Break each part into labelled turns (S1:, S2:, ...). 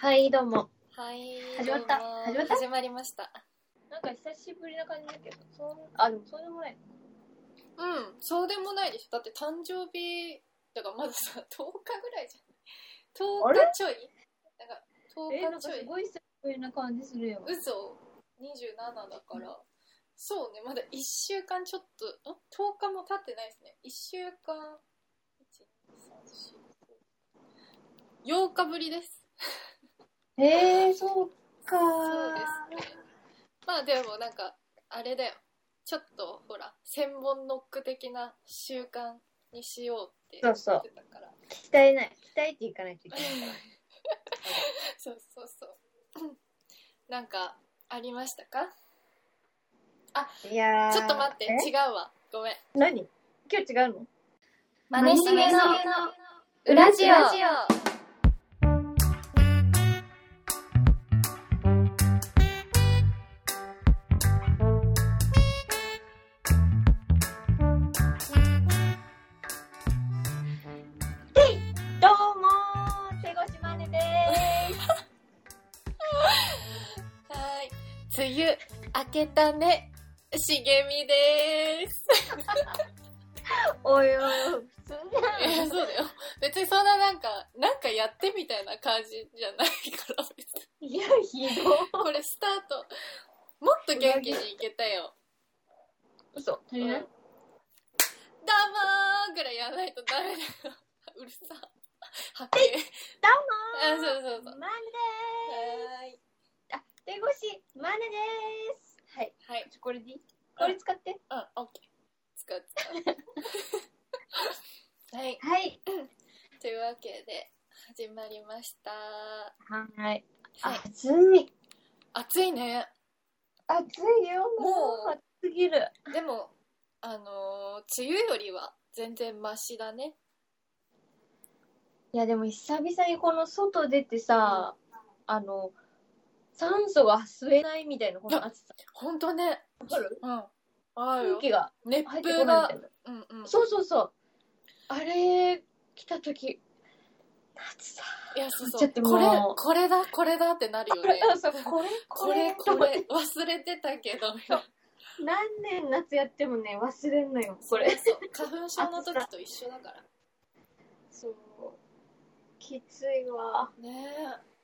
S1: はい、どうも。
S2: はい。
S1: 始まった
S2: どうも
S1: 始まった
S2: 始まりました。
S1: なんか久しぶりな感じだけど、そんあ、でもそうでもない。
S2: うん、そうでもないでしょ。だって誕生日、だからまださ、10日 ぐらいじゃ
S1: あ
S2: ん。
S1: れ
S2: 10日ちょいだから
S1: え、なん
S2: 10日
S1: か
S2: ちょ
S1: す
S2: い。
S1: ごい久しぶりな感じするよ。
S2: 嘘27だから、そうね、まだ1週間ちょっと、ん ?10 日も経ってないですね。1週間、1、2、3、4、5。8日ぶりです。
S1: えー、そうか
S2: そうですね。まあでもなんか、あれだよ。ちょっとほら、千本ノック的な習慣にしようって
S1: そうそう
S2: てたから。
S1: す。鍛えない。鍛えていかないといけないから。
S2: そうそうそう。 なんか、ありましたか
S1: いやー
S2: ちょっと待って、違うわ。ごめん。
S1: え何今日違うの
S3: マネしげのウラ
S2: ラジ
S3: ジオ。
S2: オ
S1: どうもー、手越まねで
S2: はーい。梅雨明けたね。しげみでーす。
S1: ーす。おいおい、普通
S2: いや、 そうだよ。別にそんななんか、なんかやってみたいな感じじゃないから、別に
S1: いや、ひどい。
S2: これスタートもっと元気にいけたよ
S1: 嘘。足りない
S2: うん「どうもー」ぐらいやらないとダメだよ うるさはっけどうもーあそうそうそうは
S1: まね
S2: ーい
S1: でーす。手越まねでーす。はい。
S2: はい
S1: これでいいこれ使って。
S2: うんオッケー使う 使うはい
S1: はい。
S2: というわけで始まりました
S1: はい。
S2: はい
S1: 暑い。
S2: 暑いね
S1: 暑いよ。
S2: もう
S1: 暑すぎる。
S2: でもあのー梅雨よりは全然マシだね
S1: いやでも久々にこの外出てさ、あの酸素が吸えないみたいなこの暑さ
S2: ほんとね
S1: わかる
S2: うんある
S1: 空
S2: よ
S1: 気が
S2: 熱
S1: 入ってこ
S2: 風
S1: ないみ
S2: が
S1: たいな、
S2: うんうん
S1: そうそうそうあれ来た時夏さ
S2: いやそう
S1: ち
S2: そ
S1: ょっ
S2: う
S1: と
S2: これ
S1: もう
S2: これだこれだってなるよね
S1: そうこれ
S2: これこれ忘れて たけど
S1: 何年夏やってもね忘れんのよこれ
S2: そう花粉症の時と一緒だから
S1: そうきついわ
S2: ねえ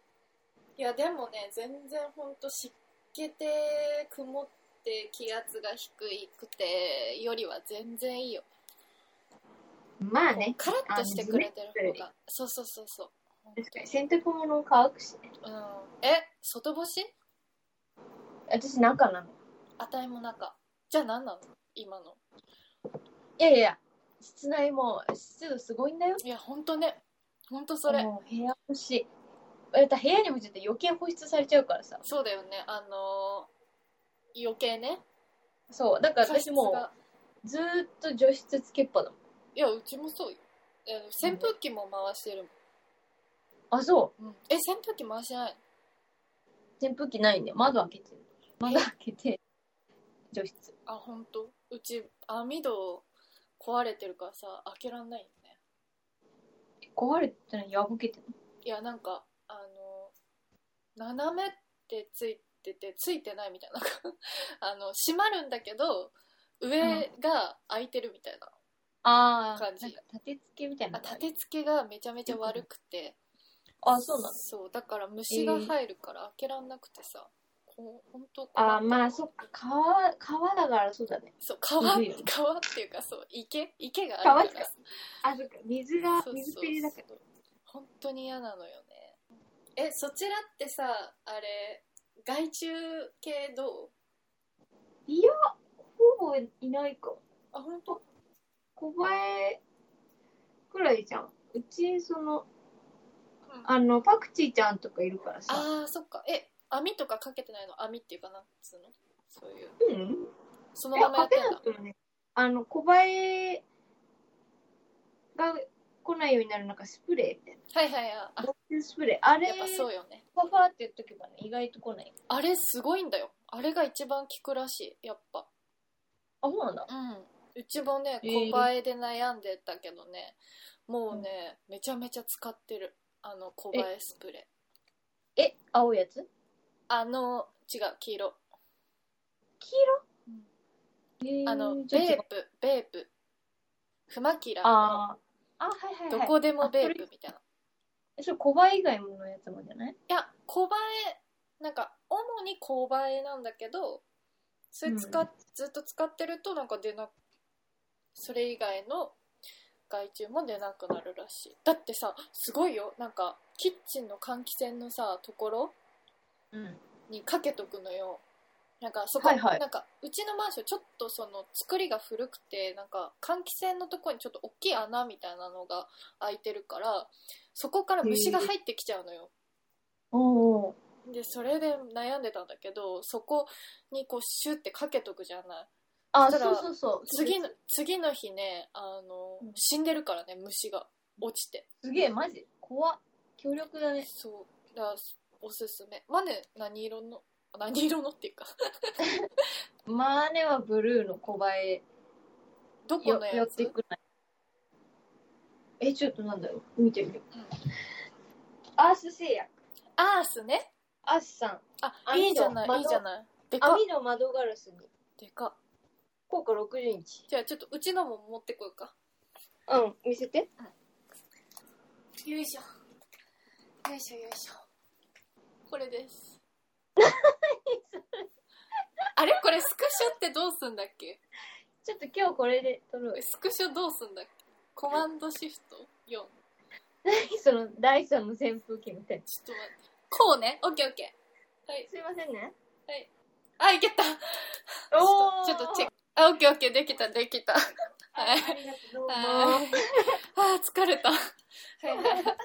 S2: いやでもね全然ほんと湿気て曇って気圧が低くてよりは全然いいよ
S1: まあね
S2: カラッとしてくれて
S1: あのジメッ
S2: る
S1: と
S2: 方
S1: よ
S2: がそうそうそうそうほんと
S1: 確かに洗濯物も乾くしね
S2: うん、え外干し
S1: 私中なの
S2: あたいも中じゃあ何なの今の
S1: いやいやいや室内も湿度すごいんだよ
S2: いやほんとねほんとそれ
S1: もう部屋欲しいだから部屋にもちょっと余計保湿されちゃうからさ
S2: そうだよねあのー余計ね
S1: そうだから私
S2: 加湿
S1: も
S2: が
S1: うずーっと除湿つけっぱだもん
S2: いやうちもそうよいや扇風機も回してる
S1: あそ
S2: もん、え扇風機回してないの
S1: う扇風機ないんで窓開けてる窓開けて除湿
S2: あ本当うち網戸壊れてるからさ開けらんないよね
S1: 壊れてない破けてる
S2: いやなんかあの斜めってついててついてないみたいなあの閉まるんだけど上が開いてるみたいな、
S1: ああ
S2: 感じ
S1: なんか立て付けみたいな
S2: あ立て付けがめちゃめちゃ悪くて、
S1: あそうなの
S2: そうだから虫が入るから開けらんなくてさ、こう本当
S1: あーまあそっか川川だからそうだね
S2: そう川
S1: むずいよね
S2: 川っていうかそう池池があるから
S1: あそっか水が
S2: そうそう
S1: 水ペリだから
S2: そう本当に嫌なのよねえそちらってさあれ害虫系どう
S1: いやほぼいないか
S2: あ本当
S1: 小林くらいじゃんうちその
S2: うん
S1: あのパクチーちゃんとかいるからさ
S2: あーそっかえ網とかかけてないの網っていうかなんつうのそういう
S1: うん
S2: その
S1: いや
S2: ままや
S1: か
S2: って
S1: け
S2: ん
S1: な
S2: だ
S1: くてもねあの小林が来ないようになるなんかスプレーみたいな
S2: はいはいはいあ
S1: 防虫スプレーあれ
S2: やっぱそうよね
S1: パパって言っとけばね意外と来ない
S2: あれすごいんだよあれが一番効くらしいやっぱ
S1: あそうなんだ
S2: うんうちもね
S1: えー
S2: 小バエで悩んでたけどね、もうね、めちゃめちゃ使ってるあの小バエスプレ
S1: え、青いやつ
S2: あの違う黄色
S1: 黄色、えー
S2: あの
S1: ち
S2: ベ
S1: ょっと違
S2: ー
S1: う
S2: プベープフマキラの
S1: あーあ、はいはい、はい。
S2: どこでもベープみたいな
S1: えそれ、コバ以外のやつもじゃない
S2: いや小映えなんか主に小映えなんだけどそれ使っ、ずっと使ってるとなんか出なそれ以外の害虫も出なくなるらしいだってさすごいよなんかキッチンの換気扇のさところ
S1: うん。
S2: にかけとくのよなんかそこ、
S1: はいはい
S2: なんかうちのマンションちょっとその作りが古くてなんか換気扇のとこにちょっと大きい穴みたいなのが開いてるからそこから虫が入ってきちゃうのよ
S1: おお。
S2: でそれで悩んでたんだけどそこにこうシュッてかけとくじゃない
S1: あ、そ
S2: そしたら
S1: うそうそう。
S2: 次の次の日ねあの、
S1: うん
S2: 死んでるからね虫が落ちて
S1: すげえ、マジ。怖っ。強力だね。
S2: そうだからおすすめマネ何色の何色のっていうか
S1: マーネはブルーのコバエ
S2: どこ
S1: よ
S2: の
S1: 寄
S2: や
S1: っ
S2: つ
S1: てくない。え、ちょっとなんだろう。見てみよう。
S2: うん
S1: アース製薬。
S2: アースね
S1: アースさん。
S2: あ
S1: あ
S2: いいじゃない
S1: 窓
S2: いいじゃないでか
S1: 網の窓ガラスに。
S2: でか
S1: 効果60インチ。
S2: じゃあちょっとうちのも持ってこようか
S1: うん、見せて。
S2: よいしょよいしょよいしょこれです あれこれスクショってどうすんだっけ
S1: ちょっと今日これで撮ろうよ。
S2: スクショどうすんだっけコマンドシフト4ちょっ
S1: 何そのダイソンの扇風機みたいな。
S2: と待ってこうねオッケーオッケーはい
S1: すいませんね。
S2: はいあいけたちょっ
S1: お
S2: と
S1: ー
S2: ちょっとチェックあオッケーオッケーできたできたはい
S1: ありがとうどうも
S2: はいあー疲れたはいはい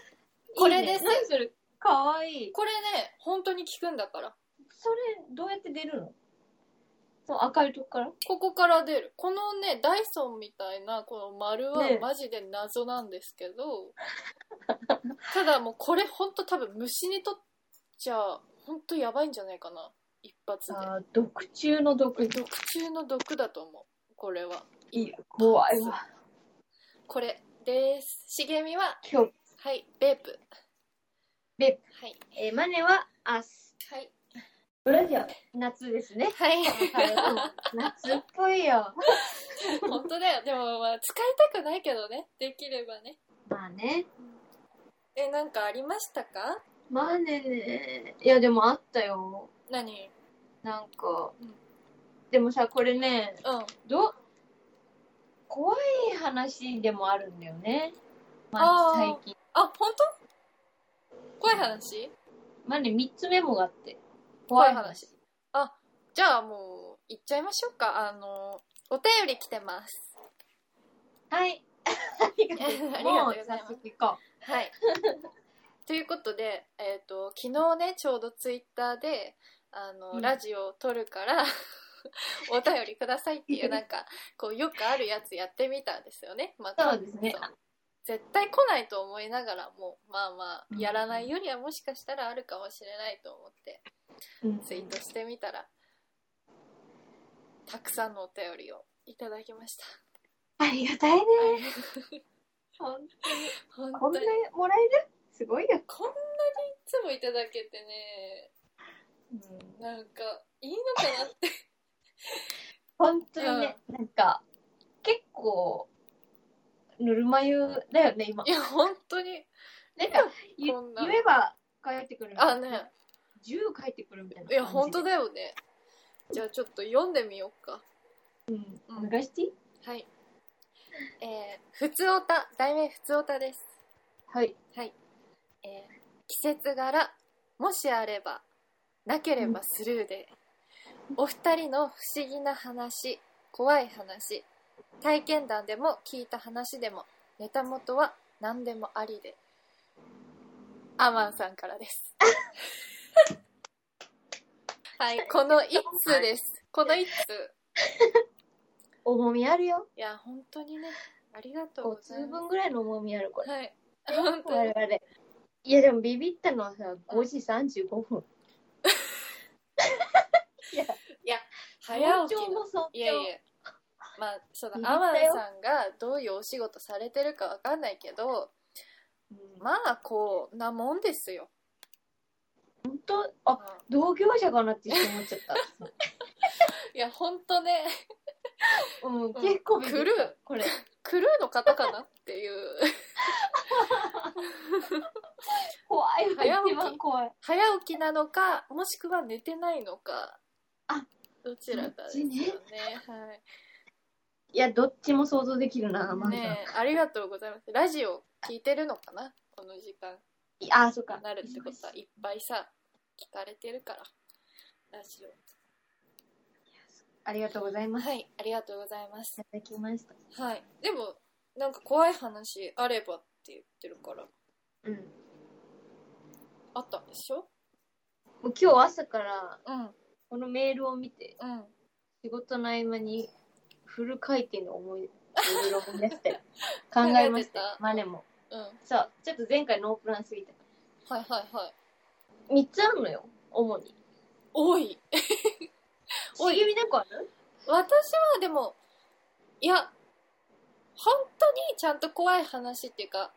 S2: これです
S1: いいね何それかわいい。
S2: これね本当に効くんだから
S1: それ、どうやって出るのその赤いとこから
S2: ここから出るこのねダイソンみたいなこの丸は
S1: ね
S2: マジで謎なんですけど、 ただもうこれほんと多分虫にとっちゃほんとやばいんじゃないかな一発で
S1: あー毒中の毒。
S2: 毒中の毒だと思うこれはい
S1: い怖いわ。
S2: これです茂みは
S1: 今日、
S2: はいベープ
S1: ベープ
S2: はい
S1: えーマネは明日。
S2: はい
S1: 裏では夏ですね。
S2: はい
S1: 夏っぽいよ。
S2: 本当だよで もまあ使いたくないけどねできればね
S1: まあね。
S2: えなんかありましたか
S1: まあねね。いや、でもあったよ。
S2: 何
S1: なんか。
S2: うん
S1: でもさ、これね、
S2: うん
S1: ど、怖い話でもあるんだよね。ま
S2: あ
S1: あ、
S2: ー
S1: 最近。
S2: あ、本当怖い話
S1: まあね、3つメモがあって。
S2: 怖い話。あ、じゃあもう、行っちゃいましょうか。あの、お便り来てます。
S1: はい。ありがとう
S2: ありがとうござい
S1: も
S2: ま
S1: う
S2: す
S1: 早速行こ
S2: はい。 ということで、えっ、と、昨日ね、ちょうどツイッターで、あの、
S1: うん
S2: ラジオを撮るから、 お便りくださいっ ていう、なんか、こう、よくあるやつやってみたんですよね。ま
S1: う。
S2: あ
S1: そうですね。
S2: そう絶対来ないと思いながらも、まあまあ、やらないよりはもしかしたらあるかもしれないと思って、
S1: うん
S2: ツイートしてみたらたくさんのお便りをいただきました
S1: ありがたいね。ほん
S2: 本
S1: こ
S2: 当
S1: ん
S2: に
S1: ないもらえるすごいよ。
S2: つもいただけてねなんかいいのかなって
S1: 本当にね、なんか、結構、ぬるま湯だよね、今。
S2: いや本当に
S1: なんか、ゆ
S2: こんな
S1: 言えば帰ってくるみたいな。
S2: あね
S1: 10帰ってくるみたいな感じ。
S2: いや本当
S1: だ。
S2: だよねじゃあちょっと読んでみようか
S1: お願いしていい
S2: はいえー、ふつおた題名ふつおたです
S1: はい。
S2: はい、えー季節柄もしあればなければスルーで、お二人の不思議な話怖い話体験談でも聞いた話でもネタ元は何でもありでアマンさんからです はいこの一通ですこの一通
S1: 重みあるよ。
S2: いや本当にねありがとう
S1: 5
S2: ござい
S1: 通
S2: ま
S1: 分ぐらいの重みある、こ
S2: す
S1: れ。
S2: はい本当
S1: 我
S2: に
S1: 々。いや、でもビビったのはさ、5時35分。
S2: 早起き
S1: 早朝
S2: の
S1: も早朝。
S2: いやいやまあその
S1: ビビった
S2: ア
S1: よ
S2: マンさんがどういうお仕事されてるかわかんないけど
S1: うん
S2: まあこうなもんですよ
S1: 本当あ同業者かなって一瞬思っちゃ っ
S2: いやほんとね
S1: た、うん、結構びっくりしたこれ
S2: クルーの方かなっていう
S1: 怖いわ
S2: 早起き
S1: 一番怖い
S2: 早起きなのかもしくは寝てないのか
S1: あ
S2: どちらかですよね
S1: そっ
S2: はい
S1: いやどっちも想像できるなマリさん、
S2: ねえありがとうございますラジオ聞いてるのかなこの時間
S1: いあそっか
S2: になるってことはいっぱいさ聞かれてるからラジ
S1: ありがとうござい
S2: オ
S1: ます、
S2: はいありがとうございます
S1: いただきました
S2: はいでもなんか怖い話あればって言ってるから
S1: うん
S2: あったんでしょ
S1: もう今日朝から
S2: うん
S1: このメールを見て
S2: うん
S1: 仕事の合間にフル回転の思いいろいろ思い出 して考えました
S2: 考えてた
S1: マネも
S2: うんはい
S1: さあちょっと前回ノープランすぎた
S2: はいはい
S1: 3つあるのよ主に
S2: 多いおい
S1: しげみなんかある
S2: 私はでもいや本当にちゃんと怖い話っていうか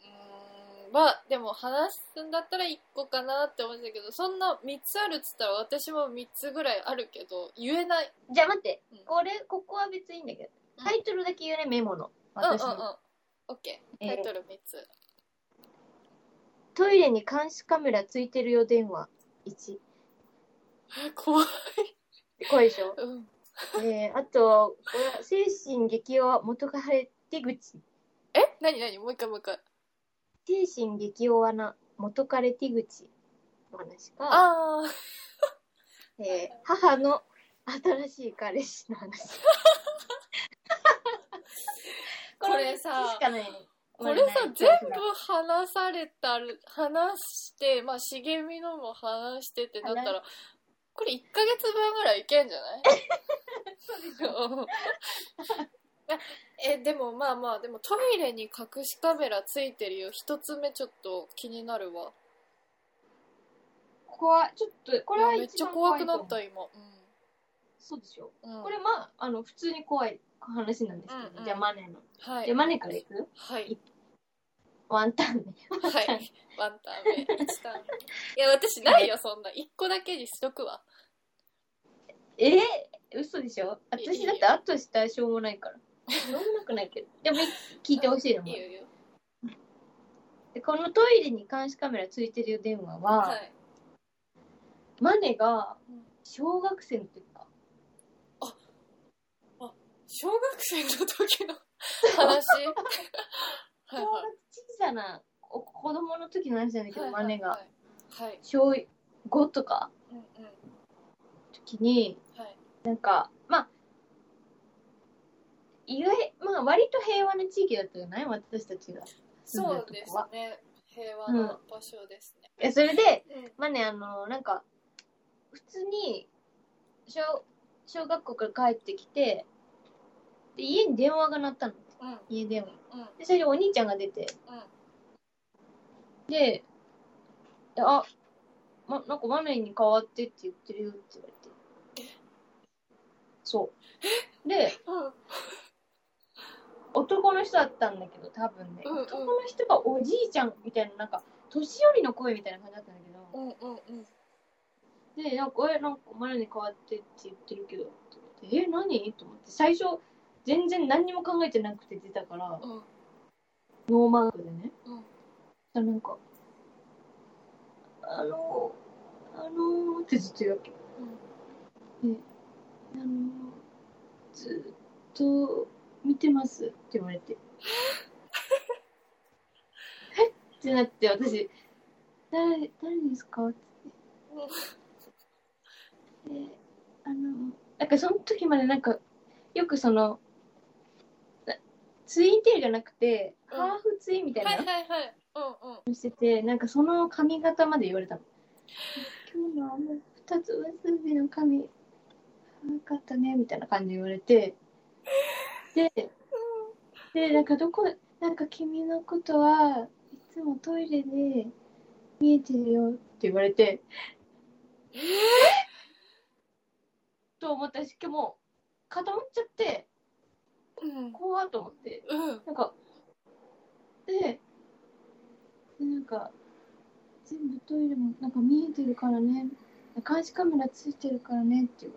S2: うーんはでも話すんだったら1個かなって思うんだけどそんな3つあるっつったら私も3つぐらいあるけど言えない
S1: じゃあ待って
S2: うん
S1: これここは別にいいんだけど
S2: うん
S1: タイトルだけ言うねメモの
S2: うんうんうん
S1: 私の
S2: OK
S1: えー
S2: タイトル3つ、
S1: トイレに監視カメラついてるよ電話1
S2: 怖い、
S1: これで しょ
S2: うん、
S1: えー、あとこれは精神激弱元カレ出口
S2: え何何もう一回もう一回
S1: 精神激弱な元カレ手口の話か、
S2: ああ
S1: えー母の新しい彼氏の話
S2: これさ
S1: しかない
S2: これさ全部話されたる話してまあ茂みのも話してってなったらこれ1ヶ月分ぐらいいけんじゃないうん えでもまあまあでもトイレに隠しカメラついてるよ一つ目ちょっと気になるわ
S1: 怖いちょっとこ
S2: こ
S1: れは
S2: めっちゃ怖くなった今
S1: そうでしょ
S2: うん、うん、
S1: これまああの普通に怖い話なんですけど、
S2: うんうん
S1: じゃあマネの、
S2: は
S1: じゃ
S2: い
S1: あマネからいく
S2: はい
S1: ワンタンね
S2: はいワンタン目一タン目いや私ないよそんな1個だけにしとくわ
S1: えー、嘘でしょ
S2: いいいい
S1: 私
S2: よ
S1: だってあとしたらしょうもないからしょうもなくないけどでも聞いてほしいの
S2: い
S1: も
S2: いよいいよ
S1: でこのトイレに監視カメラついてるよ電話は、
S2: はい
S1: マネが
S2: うん
S1: 小学生の時か
S2: 小学生の時の話
S1: 小
S2: はい
S1: 学小さなお子供の時の話なんだけど、
S2: はい
S1: マネが
S2: はいはい
S1: 小5とか
S2: うんうん
S1: 時に
S2: はい
S1: なんかまあ意外まあ割と平和な地域だったじゃない私たちが住んで
S2: そう
S1: ると
S2: です
S1: こは。
S2: ね平和な場所ですね
S1: いやそれで
S2: うん
S1: まあね、あの、なんか、普通に、小、小学校から帰ってきて、で、家に電話が鳴ったの。
S2: うん
S1: 家電話。
S2: うん
S1: で、それでお兄ちゃんが出て、
S2: うん
S1: で、であ、ま、なんかマネに変わってって言ってるよって言われて。そう。で、
S2: うん
S1: 男の人だったんだけど、多分ね。
S2: うんうん
S1: 男の人がおじいちゃんみたいな、なんか、年寄りの声みたいな感じだったんだけど、
S2: うんうんうん
S1: で、なんか、え、なんか、前に変わってって言ってるけど、って言ってえ、何と思って、最初、全然何にも考えてなくて出たから、
S2: うん
S1: ノーマークでね。
S2: うん
S1: そしたらなんか、あの、あのー、ってずっと言うわけ。あのー、ずっと見てますって言われ て。えってなって、私、誰、誰ですかって。であのなんかその時までなんかよくそのなツインテールじゃなくて、
S2: うん
S1: ハーフツインみたい
S2: はい
S1: な
S2: はい
S1: の
S2: はいうんうん
S1: してて、なんかその髪型まで言われたの今日のあの二つ結びの髪よかったねみたいな感じで言われてででなんかどこなんか君のことはいつもトイレで見えてるよって言われて
S2: え
S1: と思ったしかも固まっちゃって
S2: ーうん
S1: 怖っと思って
S2: うん
S1: なんかででなんかず全部トイレもなんか見えてるからね監視カメラついてるからねって言わ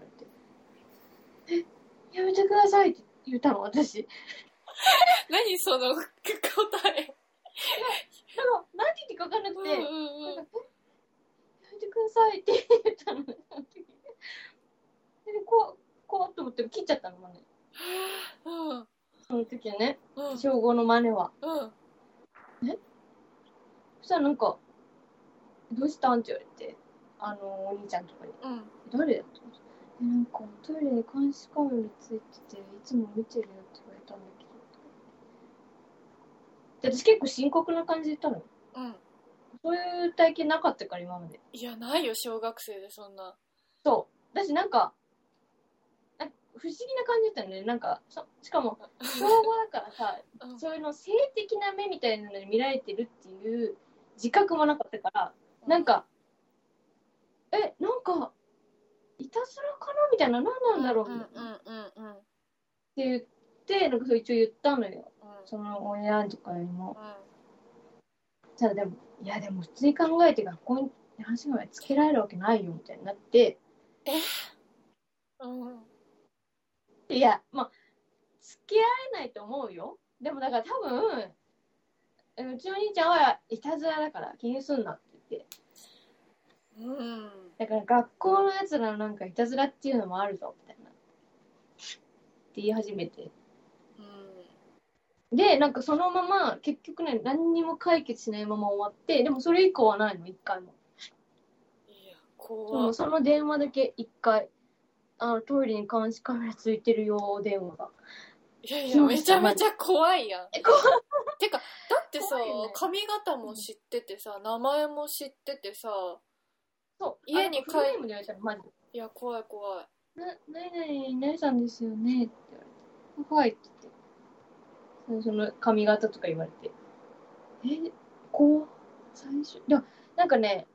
S1: れて「えやめてください」って言ったの私 で
S2: 何その答え。
S1: も何言ってか分かんな
S2: う
S1: く
S2: ん
S1: て、
S2: うん
S1: なん
S2: う
S1: か
S2: ん。
S1: えやめてくださいって言ったの ねその時でこうこうと思って切っちゃったのもね
S2: うん
S1: その時はね
S2: うん
S1: 小5の真似は
S2: うん。
S1: そしたらなんか「どうしたん?」って言われてあのお兄ちゃんとかに
S2: うん。
S1: 誰だと思ってえなんかトイレに監視カメラついてていつも見てるよって言われたんだけどで私結構深刻な感じで言ったの
S2: うん。
S1: そういう体験なかったから今まで
S2: いや、ないよ、小学生でそんな。
S1: そう私なんかなんか不思議な感じだったのねなんかそしかも小5だからさ
S2: うん
S1: そういうの性的な目みたいなのに見られてるっていう自覚もなかったからなん、かえなんかいたずらかなみたいな何なんだろう
S2: う
S1: み
S2: んう
S1: たいなん
S2: うんうんうん。
S1: って言って、なんかそう一応言ったのよ。
S2: うん
S1: その親とかにも。
S2: うん
S1: ただでも、いやでも普通に考えて学校に監視カメラつけられるわけないよみたいになって、
S2: うん
S1: いや、まあ、つけられないと思うよ。でもだから多分、えうちの兄ちゃんはいたずらだから気にすんなって言って。
S2: うん
S1: だから学校のやつらのなんかいたずらっていうのもあるぞ、みたいな。って言い始めて。
S2: うん
S1: で、なんかそのまま結局ね、何にも解決しないまま終わって、でもそれ以降はないの、一回も。
S2: いや
S1: そ
S2: 怖
S1: う
S2: い
S1: その電話だけ一回あのトイレに監視カメラついてるよ電話が
S2: いやいやめちゃめちゃ怖いやん
S1: え怖
S2: てかだってさ、
S1: 怖いね
S2: 髪型も知っててさ名前も知っててさ
S1: そう
S2: 家に帰
S1: 帰フルネームで言われたのマジで
S2: いや怖い怖い
S1: 「な何々何さんですよね」って言われて「はい」って言ってそのその髪型とか言われてえこう最初でもなんかね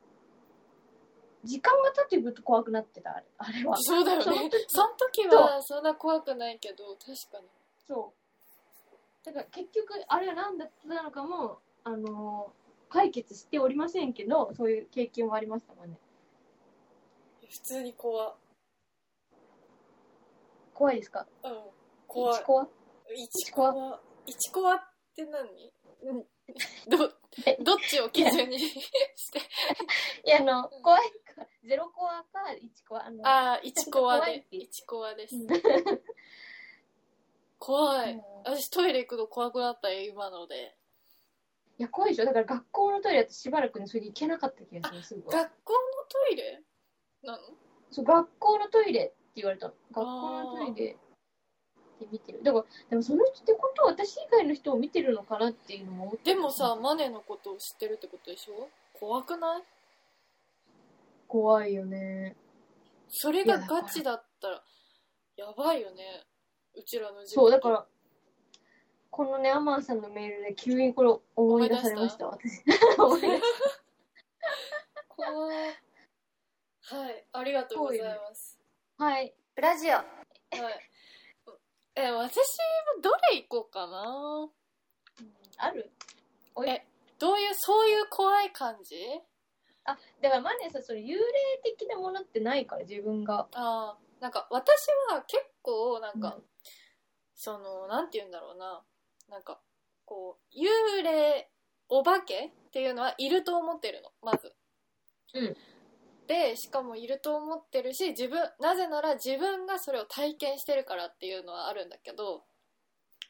S1: 時間が経ってくると怖くなってたあれあれは
S2: そうだよ
S1: その
S2: ね
S1: 時
S2: その時はそんな怖くないけど確かに
S1: そう。だから結局、あれは何だったのかも、あのー解決しておりませんけど、そういう経験もありましたもんね。
S2: 普通に怖
S1: 怖いですか
S2: うん怖い
S1: 一怖
S2: 一怖一怖って何うんど
S1: え
S2: どっちを基準に して
S1: いや、あの、怖いか、ゼロ怖か、一怖。あの
S2: ああ一怖
S1: 怖い
S2: で
S1: って
S2: 一怖です
S1: うん
S2: 怖い、
S1: うん
S2: 私トイレ行くの怖くなったよ今ので
S1: いや、怖いでしょだから学校のトイレだとしばらくね、それで行けなかった気がする、すごい。
S2: 学校のトイレなの
S1: そう、学校のトイレって言われたの。学校のトイレって見てる。だから、でもその人ってことは私以外の人を見てるのかなっていうのも思って
S2: でも、さマネのことを知ってるってことでしょ怖くない
S1: 怖いよね。
S2: それがガチだったらやばいよねうちらの時
S1: そう、だから、このね、アマンさんのメールで急にこれ思い出されました、私。思い出し
S2: 怖いはいありがとうございます
S1: たはい。
S3: ブラジオ。
S2: はいえ私はどれ行こうかな
S1: ある
S2: どういうそういう怖い感じ
S1: だからマネさん、それ幽霊的なものってないから、自分が。
S2: あーなんか私は結構なんか、
S1: うん
S2: そのなんて言うんだろうななんかこう幽霊お化けっていうのはいると思ってるのまず。
S1: うん
S2: でしかもいると思ってるし自分なぜなら自分がそれを体験してるからっていうのはあるんだけど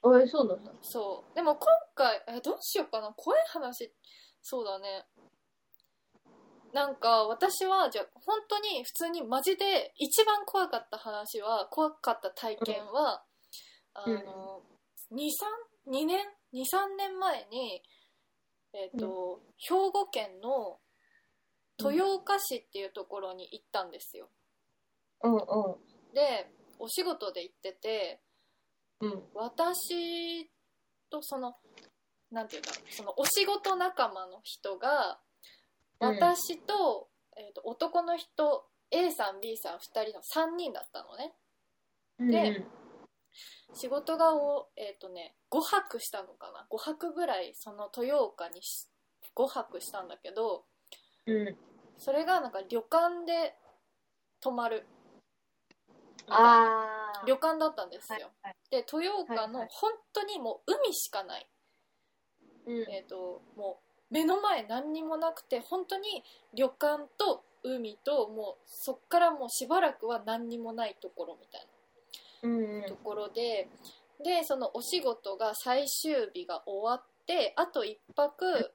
S1: あれ、そうなんだ。
S2: そうでも今回えどうしようかな怖い話そうだねなんか私はじゃあ本当に普通にマジで一番怖かった話は怖かった体験
S1: うん
S2: は、あの23年23年前にえっ、と、兵庫県の豊岡市っていうところに行ったんですよ
S1: うんうん。
S2: でお仕事で行ってて
S1: うん。
S2: 私とそのなんていうんだろうそのお仕事仲間の人が
S1: うん
S2: 私と,、えーと男の人 A さん B さん2人の3人だったのねで仕事がをえっ、とね5泊したのかな5泊ぐらいその豊岡にし5泊したんだけど
S1: うん。
S2: それがなんか旅館で泊まる
S1: ああ。
S2: 旅館だったんですよ、
S1: はい
S2: で豊岡
S1: はいは
S2: の
S1: い
S2: 本当にもう海しかない、
S1: うん。
S2: えー、ともう目の前何にもなくて本当に旅館と海ともうそっからもうしばらくは何にもないところみたい
S1: うん
S2: なところで、でそのお仕事が最終日が終わってあと1泊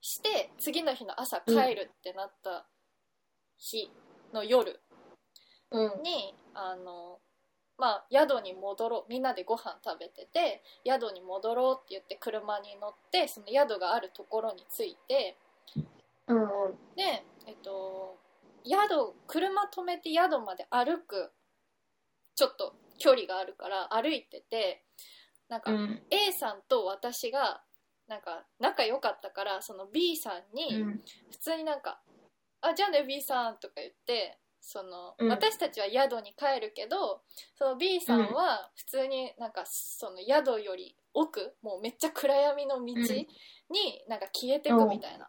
S2: して次の日の朝帰るってなった日の夜、
S1: うん。
S2: にあの、まあ、宿に戻ろうみんなでご飯食べてて宿に戻ろうって言って車に乗ってその宿があるところに着いて
S1: うん。
S2: で、えっと、宿車止めて宿まで歩くちょっと距離があるから歩いててなんか
S1: うん。うん。
S2: A さんと私がなんか仲良かったからその B さんに、普通になんか「あじゃあね B さん」とか言ってその、
S1: うん
S2: 私たちは宿に帰るけどその B さんは普通になんかその宿より奥もうめっちゃ暗闇の道になんか消えてくみたいな。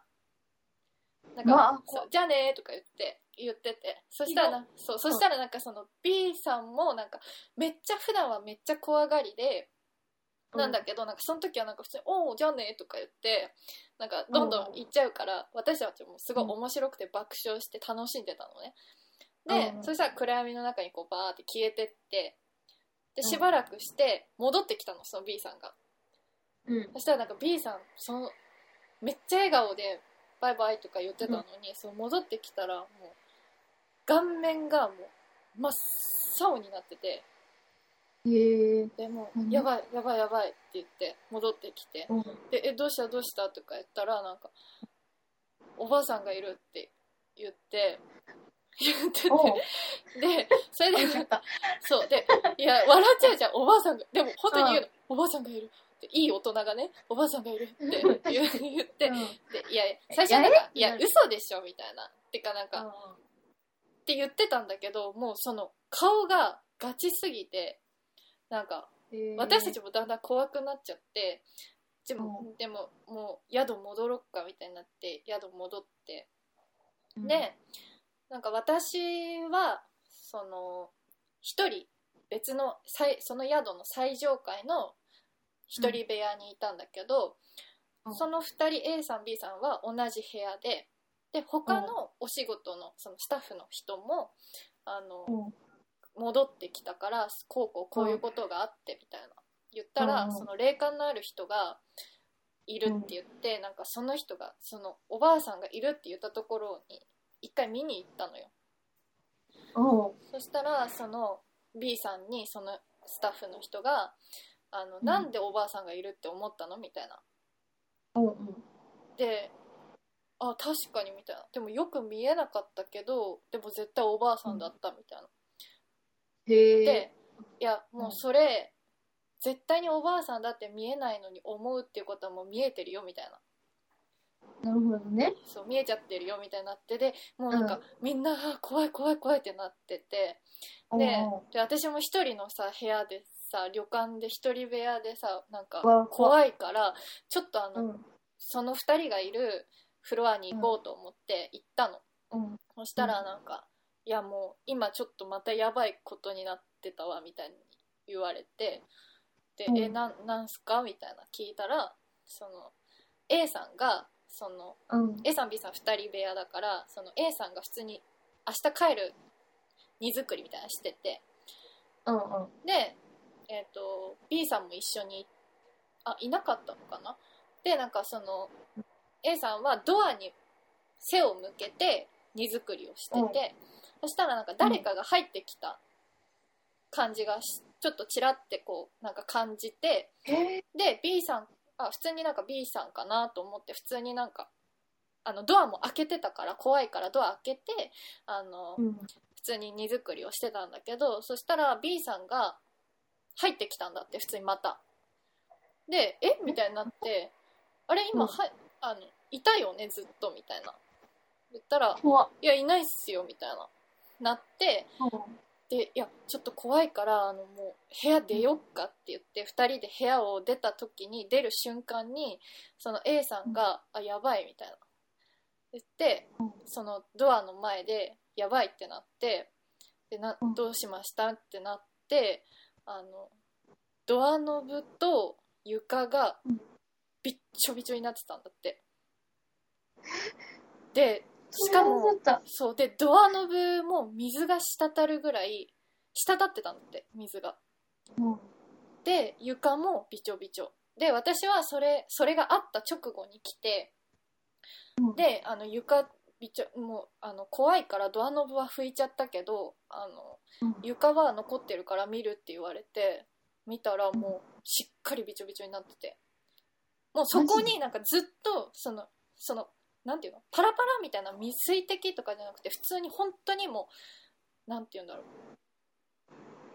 S2: なん
S1: ま
S2: か
S1: あ
S2: そうじゃあねーとか言って言っててそしたらなそうそしたらなんかその B さんもなんかめっちゃ普段はめっちゃ怖がりでなんだけど、なんかその時はなんか普通に「おおじゃあね」とか言ってなんかどんどん行っちゃうから、私たちもすごい面白くて爆笑して楽しんでたのね。で、
S1: うん
S2: そしたら暗闇の中にこうバーって消えてって
S1: う
S2: で
S1: ん
S2: しばらくして戻ってきたのその B さんが。
S1: うん。
S2: そしたらなんか B さんそのめっちゃ笑顔で「バイバイ」とか言ってたのに、そう戻ってきたらもう顔面がもう真っ青になってて
S1: へえ。
S2: でもう
S1: うん
S2: やばいやばいやばい」って言って戻ってきて。
S1: うん。
S2: で「えどうしたどうした?」とか言ったらなんか「おばあさんがいる」って言って 言ってて
S1: おう。
S2: でそれで
S1: やった。
S2: そうでいや笑っちゃうじゃんおばあさんがでも本当に言うの「おばあさんがいる」っていい大人がね「おばあさんがいる」って言う言って
S1: うん。
S2: でいや最初なんか「い
S1: や
S2: や
S1: れってなる
S2: 嘘でしょ」みたいなてかなんか、って言ってたんだけどもうその顔がガチすぎてなんか
S1: へえ
S2: 私たちもだんだん怖くなっちゃってでも,、
S1: う
S2: でももう宿戻ろっかみたいになって宿戻って、
S1: うん
S2: でなんか私はその一人別の最その宿の最上階の一人部屋にいたんだけど、
S1: うん
S2: その2人 A さん B さんは同じ部屋でで他のお仕事のそのスタッフの人もあの、
S1: うん
S2: 戻ってきたからこうこうこういうことがあってみたいな言ったら、
S1: うん
S2: その霊感のある人がいるって言って、なんかその人がそのおばあさんがいるって言ったところに一回見に行ったのよ
S1: おう。
S2: そしたらその B さんにそのスタッフの人が「あの
S1: ん
S2: なんでおばあさんがいるって思ったの?」みたいな
S1: おう。
S2: で「あ確かに」みたいなでもよく見えなかったけどでも絶対おばあさんだったみたいな
S1: へえ。
S2: でいやもうそれ、絶対におばあさんだって見えないのに思うっていうことはもう見えてるよみたいな
S1: なるほどね。
S2: そう見えちゃってるよみたいになってでもうなんか、
S1: う
S2: みんなあ怖い怖い怖いってなっててで
S1: おう
S2: で私も一人のさ部屋でさ旅館で一人部屋でさなんか
S1: うわ
S2: 怖いからちょっとあの、
S1: うん。
S2: その2人がいるフロアに行こうと思って行ったの。
S1: うん。
S2: そしたらなんか、いやもう今ちょっとまたやばいことになってたわみたいに言われてで、
S1: うん
S2: えなんなんすかみたいな聞いたらその A さんがその
S1: うん。
S2: A さん B さん2人部屋だからその A さんが普通に明日帰る荷造りみたいなのしてて
S1: うん。
S2: で、えー、と B さんも一緒にあいなかったのかなでなんかその A さんはドアに背を向けて荷造りをしてて、
S1: うん
S2: そしたらなんか誰かが入ってきた感じがしちょっとちらってこうなんか感じて
S1: へえ。
S2: で B さんあ普通になんか B さんかなと思って普通になんかあのドアも開けてたから怖いからドア開けてあの、
S1: うん。
S2: 普通に荷造りをしてたんだけどそしたら B さんが入ってきたんだって普通にまたでえみたいになってあれ
S1: う
S2: 今
S1: ん
S2: はあのいたよねずっとみたいな言ったら
S1: 怖っ。
S2: いやいないっすよみたいななってでいやちょっと怖いからあのもう部屋出よっかって言って2人で部屋を出た時に出る瞬間にその A さんが「あやばい」みたいな言って
S1: うん
S2: そのドアの前でやばいってなってでな
S1: うん
S2: どうしましたってなってあのドアノブと床が
S1: うん
S2: びっちょびちょになってたんだってでし
S1: し
S2: か
S1: かも。
S2: も
S1: そうだった。
S2: そうでドアノブも水が滴るぐらい滴ってたんだって水が
S1: うん
S2: で床もびちょびちょで私はそれそれがあった直後に来てであの床びちょもうあの怖いからドアノブは拭いちゃったけどあの
S1: うん
S2: 床は残ってるから見るって言われて見たらもうしっかりびちょびちょになっててもうそこ
S1: マ
S2: になんかずっとそのそのなんていうのパラパラみたいな水水滴とかじゃなくて普通に本当にもうなんていうんだろう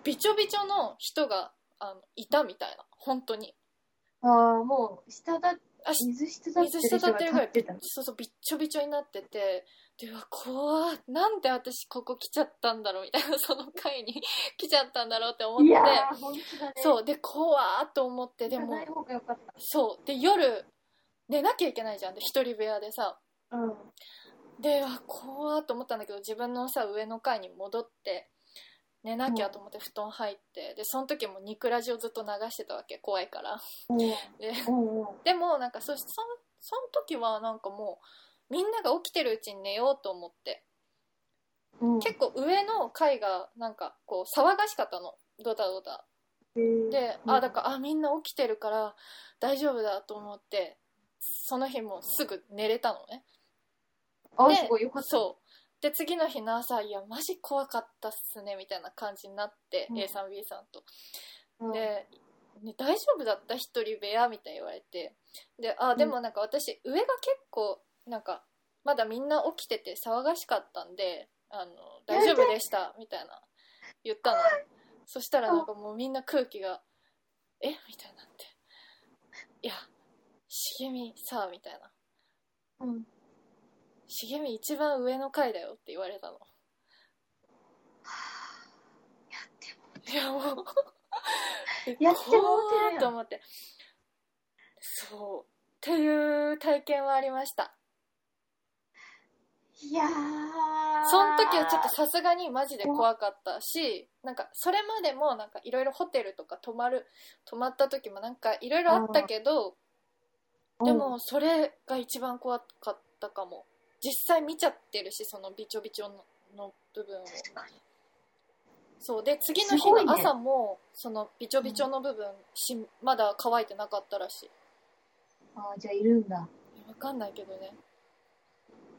S2: びちょびちょの人があのいたみたいな本当に
S1: ああ、もう、下だ、
S2: あし
S1: 水下だってる人が立ってた。
S2: そうそうびっちょびちょになっててでうわ怖っなんで私ここ来ちゃったんだろうみたいな その回に来ちゃったんだろうって思っ
S1: い
S2: て
S1: やー、本当だね。う。
S2: そうで怖ーっと思ってで
S1: でも。
S2: も
S1: ない方がよかった。
S2: そうで夜寝なきゃいけないじゃんで一人部屋でさ
S1: うん。
S2: であ怖ーっと思ったんだけど自分のさ上の階に戻って寝なきゃと思って布団入ってでその時もニクラジをずっと流してたわけ怖いからで
S1: うん。うん。
S2: でもなんかそそその時はなんかもうみんなが起きてるうちに寝ようと思って
S1: うん。
S2: 結構上の階がなんかこう騒がしかったのドタドタで、
S1: うん
S2: あだからあみんな起きてるから大丈夫だと思ってその日もすぐ寝れたのね
S1: あ
S2: で
S1: ー、すごいよかった。
S2: そうで次の日の朝「いやマジ怖かったっすね」みたいな感じになって、
S1: うん
S2: A さん B さんと
S1: うん。
S2: で、ね、大丈夫だった一人部屋みたいに言われてであでもなんか私上が結構なんかまだみんな起きてて騒がしかったんであの大丈夫でしたみたいな 言ったのそしたらなんかもうみんな空気が「えみたいになって「いや茂みさ」みたいな
S1: うん。
S2: 「茂み一番上の階だよ」って言われた
S1: や
S2: の
S1: っても。
S2: いやも う
S1: やってもうてるやん
S2: 怖ーと思ってそうっていう体験はありました
S1: いやー。
S2: その時はちょっとさすがにマジで怖かったしなんかそれまでもなんかいろいろホテルとか泊まる泊まった時もなんかいろいろあったけど
S1: うん
S2: で、もそれが一番怖かったかも実際見ちゃってるしそのびちょびちょのの部分を
S1: 確かに
S2: そうで次の
S1: す
S2: 日
S1: ごい
S2: の
S1: ね
S2: 朝も、そのびちょびちょの部分しまだ乾いてなかったらしい
S1: あー、じゃあいるんだ。っ
S2: わかんないけどね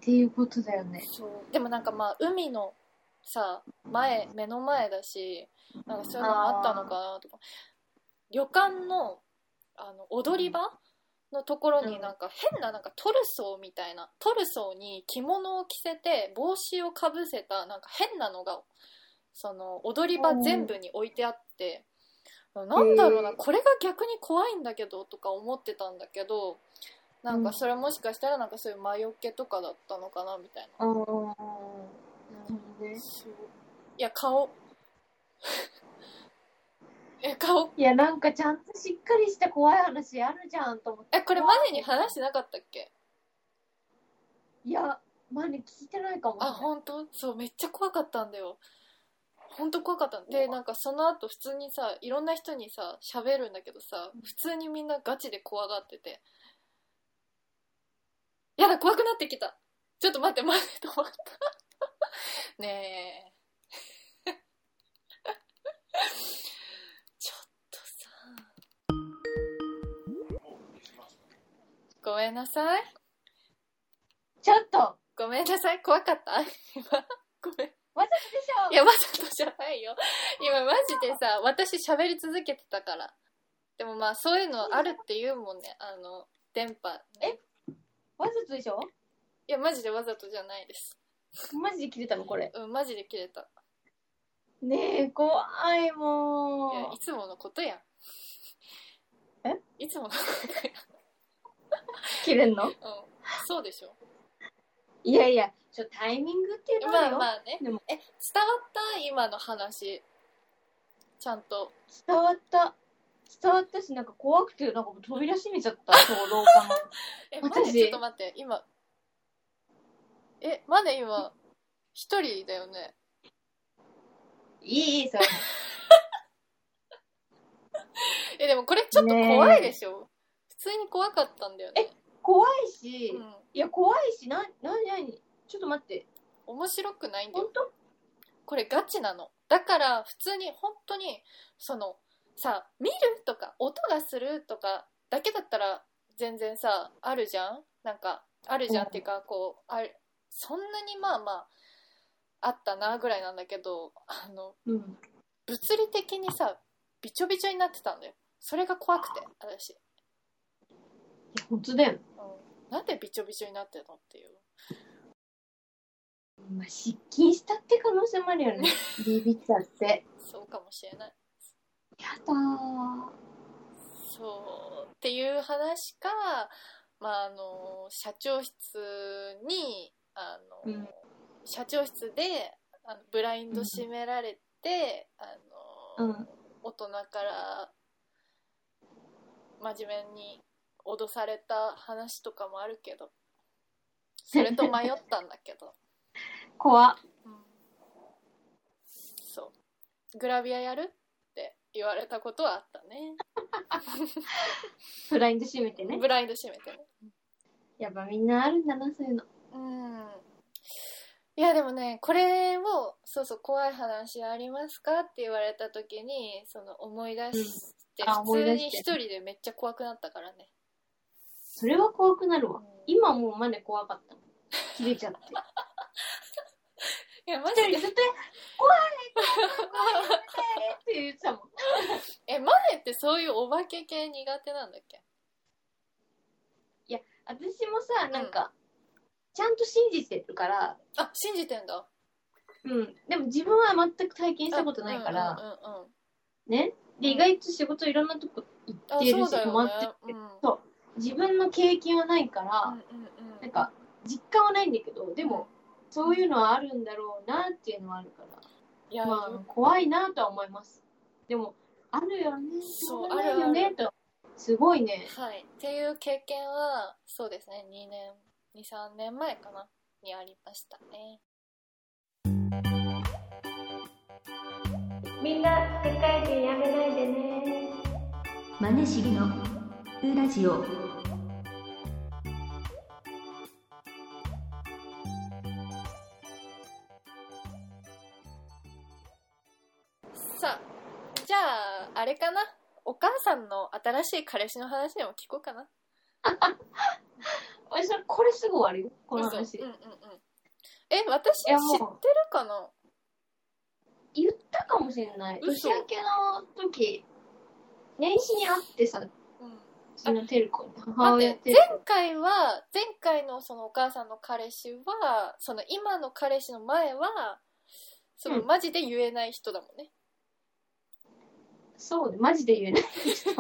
S1: ていうことだよね。
S2: そうでもなんかまあ海のさ前目の前だしなんかそういうのもあったのかなとか旅館のあの踊り場のところになんか変ななんかトルソーみたいなトルソーに着物を着せて帽子をかぶせたなんか変なのがその踊り場全部に置いてあってなんだろうな
S1: へえ
S2: これが逆に怖いんだけどとか思ってたんだけどなんかそれもしかしたらなんかそういう魔除けとかだったのかなみたいな。
S1: うん。なるほどね。
S2: そういや顔 え顔
S1: いや、なんかちゃんとしっかりした怖い話あるじゃんと思って。
S2: えこれ前に話してなかったっけ
S1: いや、前に聞いてないかも。
S2: あ本当そうめっちゃ怖かったんだよ本当怖かったでなんかその後普通にさいろんな人にさ喋るんだけどさ普通にみんなガチで怖がっててやだ怖くなってきたちょっと待って待ってと思ったねえちょっとさごめんなさい
S1: ちょっと
S2: ごめんなさい、怖かった今、ごめん。
S1: わざとでしょ
S2: いや、わざとじゃないよ。今、マジでさ、私喋り続けてたから。でもまあ、そういうのあるって言うもんね、あの、電波、ね。
S1: わざとでしょ
S2: いや、マジでわざとじゃないです。
S1: マジで切れたのこれ。
S2: うん、マジで切れた。
S1: ねえ、怖いも。
S2: いや、いうつものことやん。
S1: え
S2: いつものこと
S1: 切れんの
S2: やん。うん。そうでしょ。
S1: いやいや、ちょ、タイミングっていうのは
S2: まあ
S1: よ、
S2: まあね。
S1: で
S2: え、伝わ
S1: も
S2: った今の話。ちゃんと。
S1: 伝わった。伝わったし、なんか怖くて、なんか もう飛び出してみちゃった、その廊下の。
S2: え、
S1: 私
S2: 待って、ちょっと待って。今、え、マネ今、一人だよね。
S1: いいいい、そう。
S2: え、でもこれちょっと怖いでしょ普通に怖かったんだよね。
S1: 怖いし、
S2: うん。
S1: いや、怖いし、な、なになにちょっと待って、
S2: 面白くないんだ
S1: 本
S2: よ。
S1: 当
S2: これガチなの。だから、普通に、本当に、その、さ、見るとか、音がするとか、だけだったら、全然さ、あるじゃんなんか、あるじゃんっていうか、こう、あれ、そんなにまあまあ、あったな、ぐらいなんだけど、あの、
S1: うん。
S2: 物理的にさびちょびちょになってたんだよそれが怖くて私、
S1: いや、本当だよ。
S2: うん、なんでびちょびちょになってるのっていう
S1: まあ、失禁したって可能性もあるよ ね。ビビっちゃって。
S2: そうかもしれない
S1: やだー。
S2: そうっていう話かまああの社長室にあの、
S1: うん
S2: 社長室であのブラインド閉められて、あの、
S1: うん
S2: 大人から真面目に脅された話とかもあるけどそれと迷ったんだけ ど、
S1: 怖
S2: うんそうグラビアやるって言われたことはあったね
S1: ブラインド閉めてね。
S2: ブラインド閉めてね
S1: やっぱみんなあるんだな、そういうの。
S2: うんいやでもねこれを「そうそう怖い話ありますか?」って言われた時にその思い出して、
S1: うんあ思
S2: 普
S1: い
S2: 通
S1: 出
S2: に
S1: して
S2: 一人でめっちゃ怖くなったからね
S1: それは怖くなるわ
S2: うん。
S1: 今もうマネ怖か ったもん。切れちゃって。
S2: いやマ
S1: 一
S2: ジ
S1: 人
S2: で
S1: ずっと怖い怖い怖い怖いって言ってたもん。
S2: えマネってそういうお化け系苦手なんだっけ
S1: 私もさ、なんか、ちゃんと信じてるから、
S2: あ信じてんだ
S1: うん。でも自分は全く体験したことないから、
S2: うんうんうんうん
S1: ね。で、
S2: うん
S1: 意外と仕事いろんなとこ行
S2: あ
S1: ってるし、
S2: そうだ
S1: 泊ま
S2: よね
S1: ってて、
S2: うん
S1: 自分の経験はないから、
S2: うんうんうん
S1: なんか、実感はないんだけど、でも、そういうのはあるんだろうなっていうのはあるから。
S2: いや、
S1: まあ、怖いなとは思います。でも、あるよね。
S2: そう
S1: しょがないよ
S2: あるあ
S1: ね、と。すごいね。
S2: はいっていう経験はそうですね2年23年前かなにありましたね
S3: みんな世界人やめないでね
S4: マネしげのウラジオ
S2: さあじゃああれかなお母さんの新しい彼氏の話でも聞こうかな
S1: 私、これすぐ終わるよ。この
S2: 嘘
S1: 話
S2: うん。うんうんえ私
S1: い
S2: 知
S1: やもう
S2: ってるかな
S1: 言ったかもしれない。
S2: 嘘
S1: 年明けの時、年始に会ってさ、
S2: うん
S1: うちのテルコに、母
S2: 待
S1: 親
S2: って
S1: テ
S2: 前
S1: ル
S2: 回は前回のそのお母さんの彼氏はその今の彼氏の前はその
S1: うん
S2: マジで言えない人だもんね、
S1: そうね、マジで言え ない人。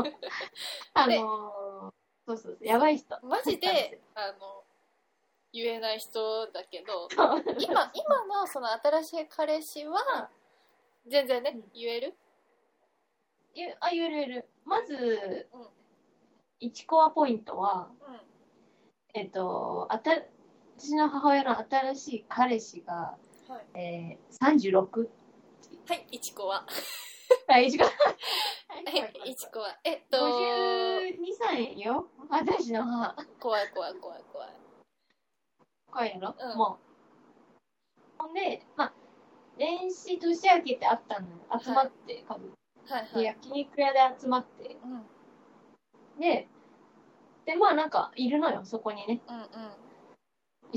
S1: あのー、そうそうそう、やばい人。
S2: マジであの言えない人だけど
S1: そう
S2: 今今のその新しい彼氏は全然ね
S1: うん
S2: 言える
S1: 言うあ、言える言える。まず
S2: うん、
S1: 1コアポイントは、
S2: うん
S1: えっと、あた私の母親の新しい彼氏が、
S2: はい
S1: えー、36
S2: はいいちこは
S1: 歳が。
S2: はいいちこはえっと
S1: 52歳よ。私の母。
S2: 怖い怖い怖い怖い
S1: 怖いやろ、
S2: うん
S1: もう。ほんで、まあ、年始年明けて会ったのよ集まって、家族
S2: はいは
S1: で
S2: い
S1: 焼肉屋で集まって。
S2: うんうんうん
S1: で、で、まあなんか、いるのよ、そこにね。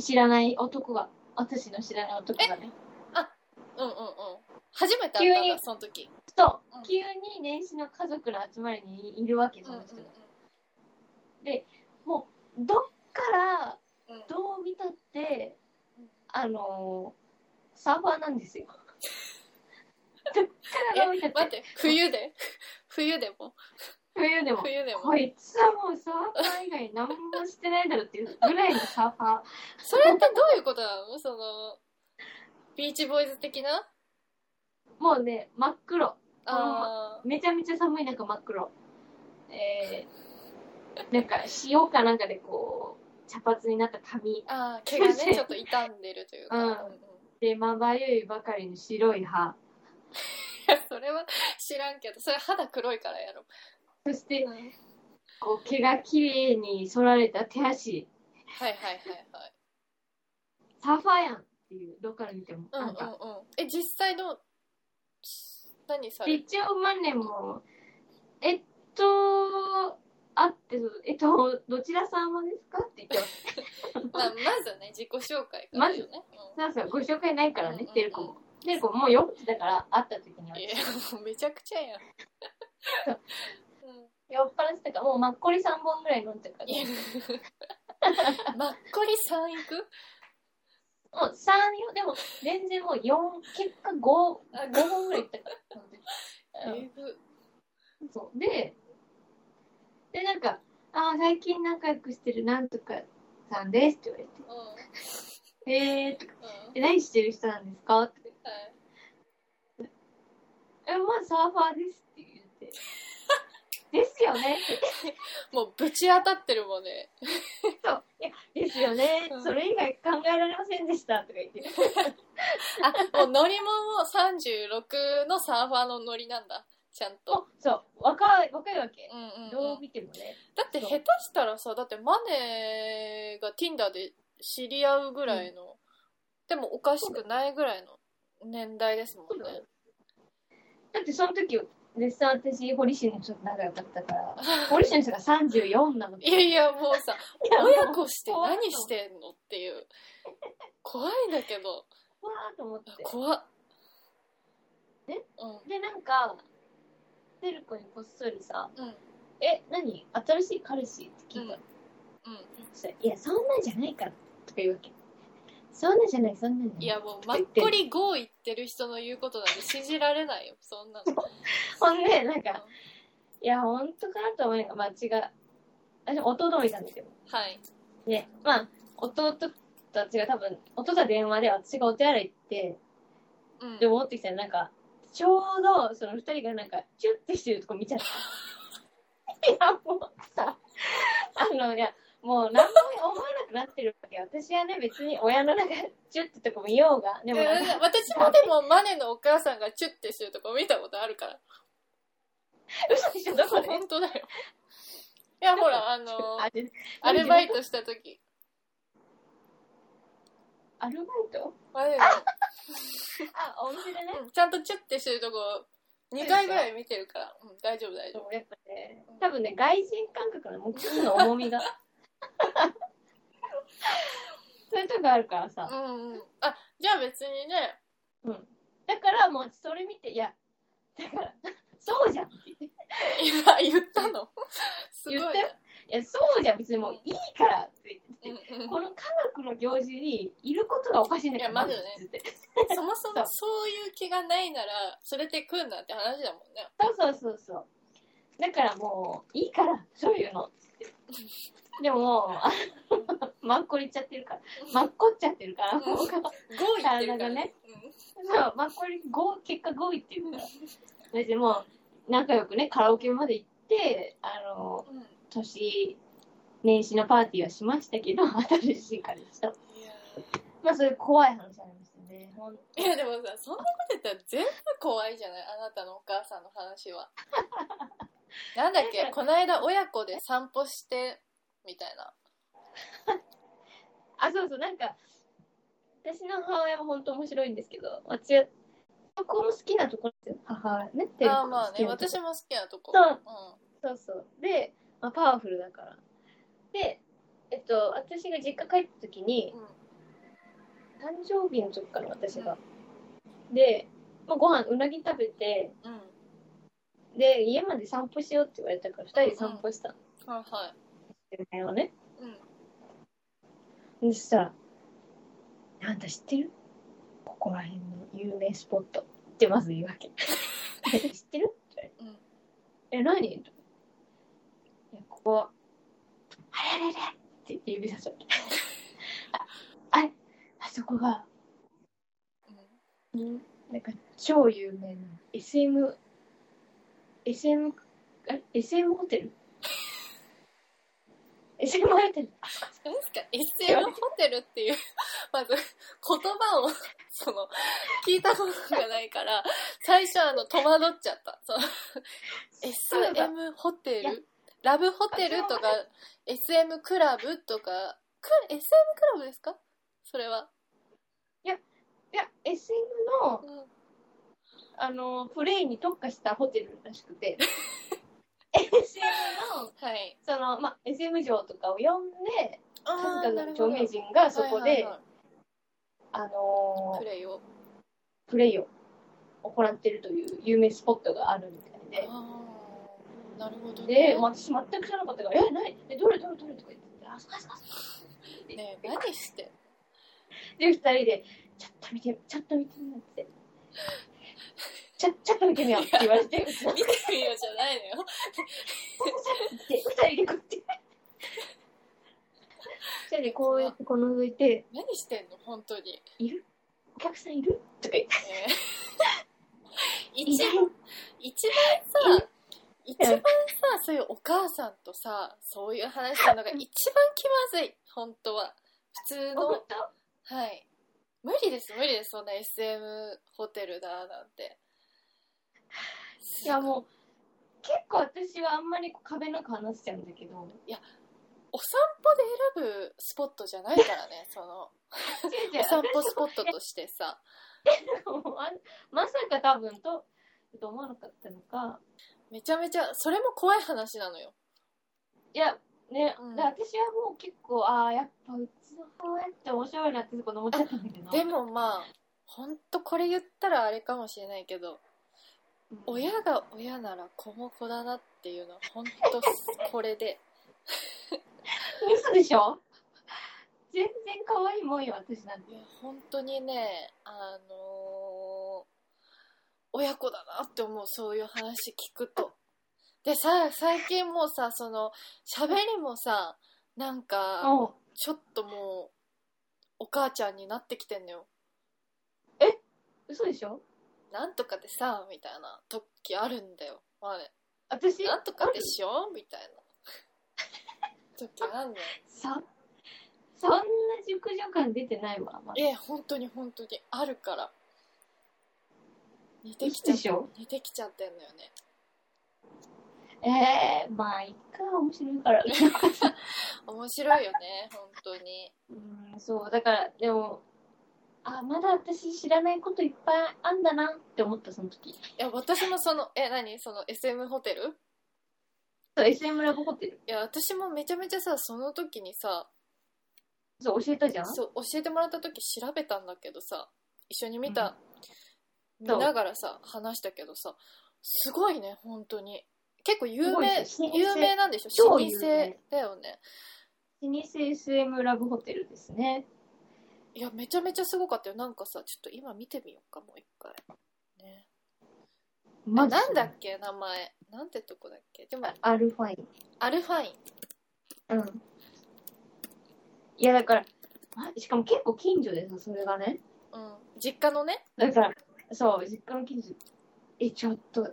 S1: 知らない男が、私の知らない男がね。
S2: うんうんうん初めて会ったん
S1: 急
S2: だ
S1: に
S2: その時
S1: と
S2: うん、
S1: 急に年始の家族の集まりにいるわけ
S2: う
S1: じ
S2: ん
S1: ゃ
S2: うん
S1: な
S2: う
S1: いです
S2: ん
S1: か。どっから、
S2: うん
S1: どう見たって
S2: うん、
S1: あのー、サーファーなんですよ。どっからどう見た
S2: え待
S1: っ、
S2: ってて冬で 冬でも
S1: 冬でも。
S2: 冬でも
S1: こいつはもうサーファー以外何もしてないだろっていうぐらいのサーファー。
S2: それってどういうことなのそのビーチボーイズ的な
S1: もうね、真っ黒。
S2: あ
S1: めちゃめちゃ寒い中真っ黒。えー、なんか塩かなんかでこう、茶髪になった髪
S2: ああ毛がねちょっと傷んでるというか、
S1: うん
S2: んい
S1: でまばゆいばかりの白い歯
S2: やそれは知らんけどそれ肌黒いからやろ、
S1: そして
S2: はい
S1: こう毛が綺麗に剃られた手足
S2: はいはいはい
S1: サーファーやんっていうどっから見ても
S2: うんう
S1: なんんか、
S2: うんえ実際の何さ
S1: で
S2: れ
S1: 一応マネもえっとあってそうえっとどちら様ですかって言ってます
S2: まあ、まずね自己紹介からよね、
S1: なんかご紹介ないから
S2: うんうん
S1: ね
S2: うん
S1: てる子もてる子ももうよくだから会った時に
S2: うん、
S1: はい
S2: やもうめちゃくちゃやん、うん
S1: 酔っ払ってたからもうマッコリ3本ぐらい飲んでたから
S2: いやマッコリさん行く
S1: もう3よでも全然もう4結果55
S2: あ
S1: 本ぐらいいったからその時
S2: えぐ
S1: そうででなんか「あー最近仲良くしてるなんとかさんです」って言われ
S2: うんうん
S1: て「えー」とか「え何してる人なんですか?」って
S2: はい
S1: 「えまあサーファーです」って言って「 ですよね」
S2: もうぶち当たってるもんね
S1: そういやですよね
S2: うん
S1: それ以外考えられませんでした」とか言って
S2: あもうノリももう36のサーファーのノリなんだちゃんと
S1: おそう若い若いわけ
S2: うんうん、
S1: ど
S2: う、
S1: うん見てもね
S2: だって下手したらさだってマネが Tinder で知り合うぐらいの、でもおかしくないぐらいの年代ですもんね
S1: だってその時絶賛私堀市の人と仲良かった から堀市の人が34なの
S2: いやいやもうさ
S1: いや
S2: 親子して何してんのっていう怖いんだけど
S1: わーと思って
S2: 怖っ
S1: え
S2: うん
S1: でなんかてる子にこっそりさ
S2: うん
S1: 「え何新しい彼氏?」って聞いたの、
S2: う
S1: そしたらいやそんなんじゃないから」とか言うわけ「そんなんじゃないそんなんじゃなんい」
S2: いやもうマッコリ5言ってる人の言うことなんて信じられないよそんなの
S1: ほんでなんか「いや本当かな?」と思いながら間違い私弟もいたんだけど
S2: はい
S1: でまあ弟と私が多分弟は電話で私がお手洗い行って
S2: うん
S1: で戻ってきたらなんかちょうどその二人がなんかチュッてしてるとこ見ちゃった いやもうさあのいやもう何も思わなくなってるわけ私はね別に親のなんかチュッてとこ見ようがでも
S2: うん
S1: なんか
S2: 私もでもマネのお母さんがチュッてしてるとこ見たことあるから
S1: 嘘でしょどこで
S2: 本当だよいやほらあの
S1: あで
S2: アルバイトした時
S1: アルバイト
S2: マネの
S1: あお店でね
S2: うんちゃんとチュッてしてるとこ2回ぐらい見てるから、うん、大丈夫大丈夫
S1: そうやっぱね多分ね外人感覚のもう金の重 みがそういうとこあるからさ
S2: うんうんあじゃあ別にね
S1: だからもうそれ見ていやだからそうじゃんって言って
S2: 今言ったのすごい
S1: 言
S2: な
S1: ったよいや、そうじゃん、別にもういいからって言って
S2: うんうん
S1: この科学の行事にいることがおかしいんだから、
S2: いやまずね
S1: って言って
S2: そもそもそういう気がないなら連れてくんなって話だもんね
S1: そうそうそうそう。だからもう、いいから、そういうのって言って。でももう、 あのマッコリっちゃってるから、マッコっちゃってるから、もう、そう、
S2: 5言ってるから
S1: 体マッコリ5、結果5位っていうから。別にもう、仲良くね、カラオケまで行って、あの、
S2: うん、うん
S1: 年、年始のパーティーはしましたけど、新しい彼氏と。
S2: いや
S1: まあ、そういう怖い話ありましたね。ほん
S2: いやでもさそんなこと言ったら全部怖いじゃないあなたのお母さんの 話はなんだっけこの間親子で散歩してみたいな
S1: あ、そうそう、なんか、私の母親も本当面白いんですけど、私は、そこも好きなところですよ、母親ね。テレビ
S2: あー
S1: の
S2: まあ
S1: 好き
S2: ね
S1: なとこ
S2: 私も好きなとこ
S1: そう
S2: う
S1: そうそう。で、まあ、パワフルだから。で、えっと、私が実家帰った時に
S2: ん、うん
S1: 誕生日の時から私が。で、まあ、ご飯うなぎ食べて、
S2: うんは
S1: で、家まで散歩しようって言われたから、二人で散歩したの。
S2: いは
S1: うをね。
S2: い、うん、
S1: そしたら、なんだ知ってるここら辺の有名スポットってまず言うわけ。 知ってるって言われて。え、何いや、ここ、あれあれあれって指さすわけ。 ああれ、あそこが、う
S2: う
S1: んなんか超有名な SM、SM、あれ ?SM ホテルえ、それもやってんだ。
S2: なんですか一斉のホテルっていう まず言葉をその聞いたことがないから最初あの戸惑っちゃったその SM ホテ
S1: いや
S2: ルラブホテルとか SM クラブとかく SM クラブですかそれは、
S1: いや、SM の、
S2: うん
S1: あの、プレイに特化したホテルらしく て、SM の、
S2: はい
S1: その、まあ、SM 城とかを呼んで、数々の著名
S2: 名人
S1: 人がそこで、
S2: は
S1: あ
S2: いはい
S1: の
S2: プレイを
S1: プレイを行ってるという有名スポットがあるみたいで、
S2: あーなるほど
S1: で、まあ私全く知らなかったから、え、何え、どれどれどれとか言って、あ、そうかそうかそうか
S2: ねえ何して
S1: で、二人で、ちょっと見て、ちょっと見てみようって。ちょ、ちょっと見てみようって言われて、
S2: 見てみようじゃないのよ
S1: で、二人でこうやって。 二人でこうやってこの覗いて、
S2: 何してんの本当に、
S1: お客さんいるとか言って。
S2: ねえ
S1: い
S2: 一
S1: ない
S2: 番一番さ一番さそういうお母さんとさそういう話するのが一番気まずい本当は普通
S1: 本
S2: の
S1: 当
S2: はい無理です無理ですそんな SM ホテルだなんて
S1: いやもう、結構私はあんまりこう壁なく話しちゃうんだけ ど、
S2: お散歩で選ぶスポットじゃないからねそのお散歩スポットとしてさ
S1: あまさか多分と、と思わなかったのか。
S2: めちゃめちゃそれも怖い話なのよ
S1: いや、ね、
S2: うん
S1: だから私はもう結構、ああ、やっぱうちの母親って面白いなってこと思っちゃったんだけど。
S2: でもまあほんとこれ言ったらあれかもしれないけど
S1: うん
S2: 親が親なら子も子だなっていうのはほんとこれで
S1: 嘘でしょ全然可愛いもんよ、私なんて
S2: い。や本当にねあのー親子だなって思うそういう話聞くとでさ最近もうさその喋りもさなんか
S1: うん。
S2: ちょっともうお母ちゃんになってきてんのよ
S1: 嘘でしょ
S2: なんとかでさみたいな時あるんだよまあね
S1: 私、
S2: なんとかでしょみたいな時あんのよ
S1: さ、そんな熟女感出てないわ。まだ
S2: ええ本当に本当にあるから似てき
S1: 嘘
S2: ちゃ
S1: で
S2: っ
S1: しょ
S2: 似てきちゃってんのよね
S1: えー、まあ、いっか、面白いから。
S2: 面白いよね本当に
S1: うん、そう、だから、でも、あ、まだ私知らないこといっぱいあんだなって思った、その時。
S2: いや私もそのえ何その SM ホテル
S1: そう、SM ラブホテル。
S2: いや私もめちゃめちゃさその時にさ
S1: そう、教えたじゃん
S2: そう教えてもらった時調べたんだけどさ一緒に見た、
S1: ん
S2: 見ながらさ話したけどさすごいね本当に結構有名
S1: すごいです老
S2: 有
S1: 舗
S2: 名なんでしょ
S1: 超
S2: 老舗
S1: 有名
S2: だよね
S1: 老舗 SM ラブホテルですね。
S2: いやめちゃめちゃすごかったよなんかさちょっと今見てみようかもう一回ね
S1: まず
S2: なんだっけ名前なんてとこだっけでも
S1: アルファイン。
S2: アルファイン
S1: うん。いや、だから、あしかも結構近所でさ、それがね。
S2: うん実家のね
S1: だから、そう、実家の近所。え、ちょっと、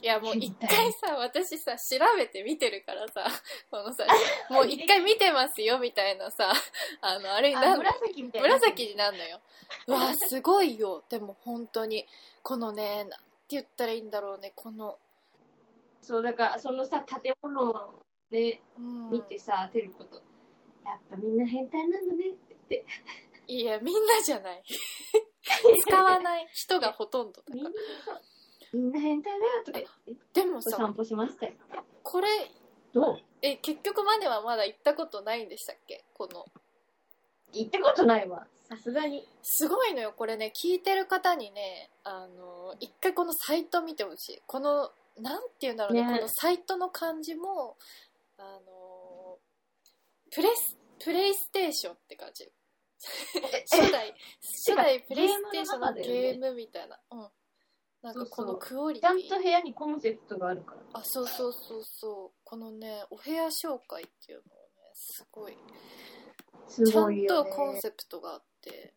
S2: いやもう
S1: 知り
S2: 一
S1: たい
S2: 回さ私さ調べて見てるからさ このさもう一回見てますよみたいなさあのあれにな
S1: あ、
S2: んの
S1: 紫みたいな。
S2: 紫になるのようわすごいよでも本当にこのねなんて言ったらいいんだろうねこの、
S1: そう、だから、そのさ、建物をね、
S2: うん、
S1: 見てさ、当てること。やっぱみんな変態なんだねって言って。
S2: いやみんなじゃ ない使わない人がほとんどだ
S1: みん
S2: か
S1: な
S2: ら
S1: そうみんな変態だよとか言って、
S2: でも
S1: お
S2: さ
S1: 散歩しましたよ。
S2: これ
S1: どう
S2: え結局まではまだ行ったことないんでしたっけこの
S1: 行ったことないわ。さすがに。
S2: すごいのよこれね聞いてる方にねあの一回このサイト見てほしいこのなんて言うんだろうね
S1: ね
S2: このサイトの感じもあのプレスプレイステーションって感じ 初代初代プレイステーションのゲ
S1: ゲー
S2: ー
S1: ムの中だよね
S2: ムみたいな、うんなんかこ
S1: そう
S2: の
S1: そう
S2: クオリ
S1: ち
S2: ティ
S1: ゃんと部屋にコンセプトがあるから。
S2: あそうそうそうそうこのねお部屋紹介っていうのをねすごい
S1: す
S2: ちゃ
S1: ご
S2: ん
S1: いよ、
S2: と
S1: ね。
S2: コンセプトがあって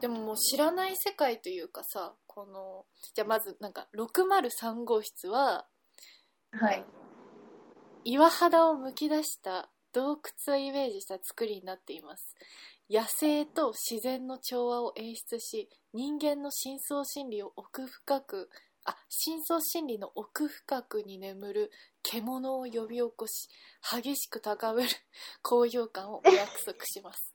S2: でももう知らない世界というかさこのじゃあまずなんか603号室は、
S1: はい。
S2: 岩肌をむき出した洞窟をイメージした作りになっています野生と自然の調和を演出し人間の深層心理を奥深くあ深層心理の奥深くに眠る獣を呼び起こし激しく高める高揚感をお約束します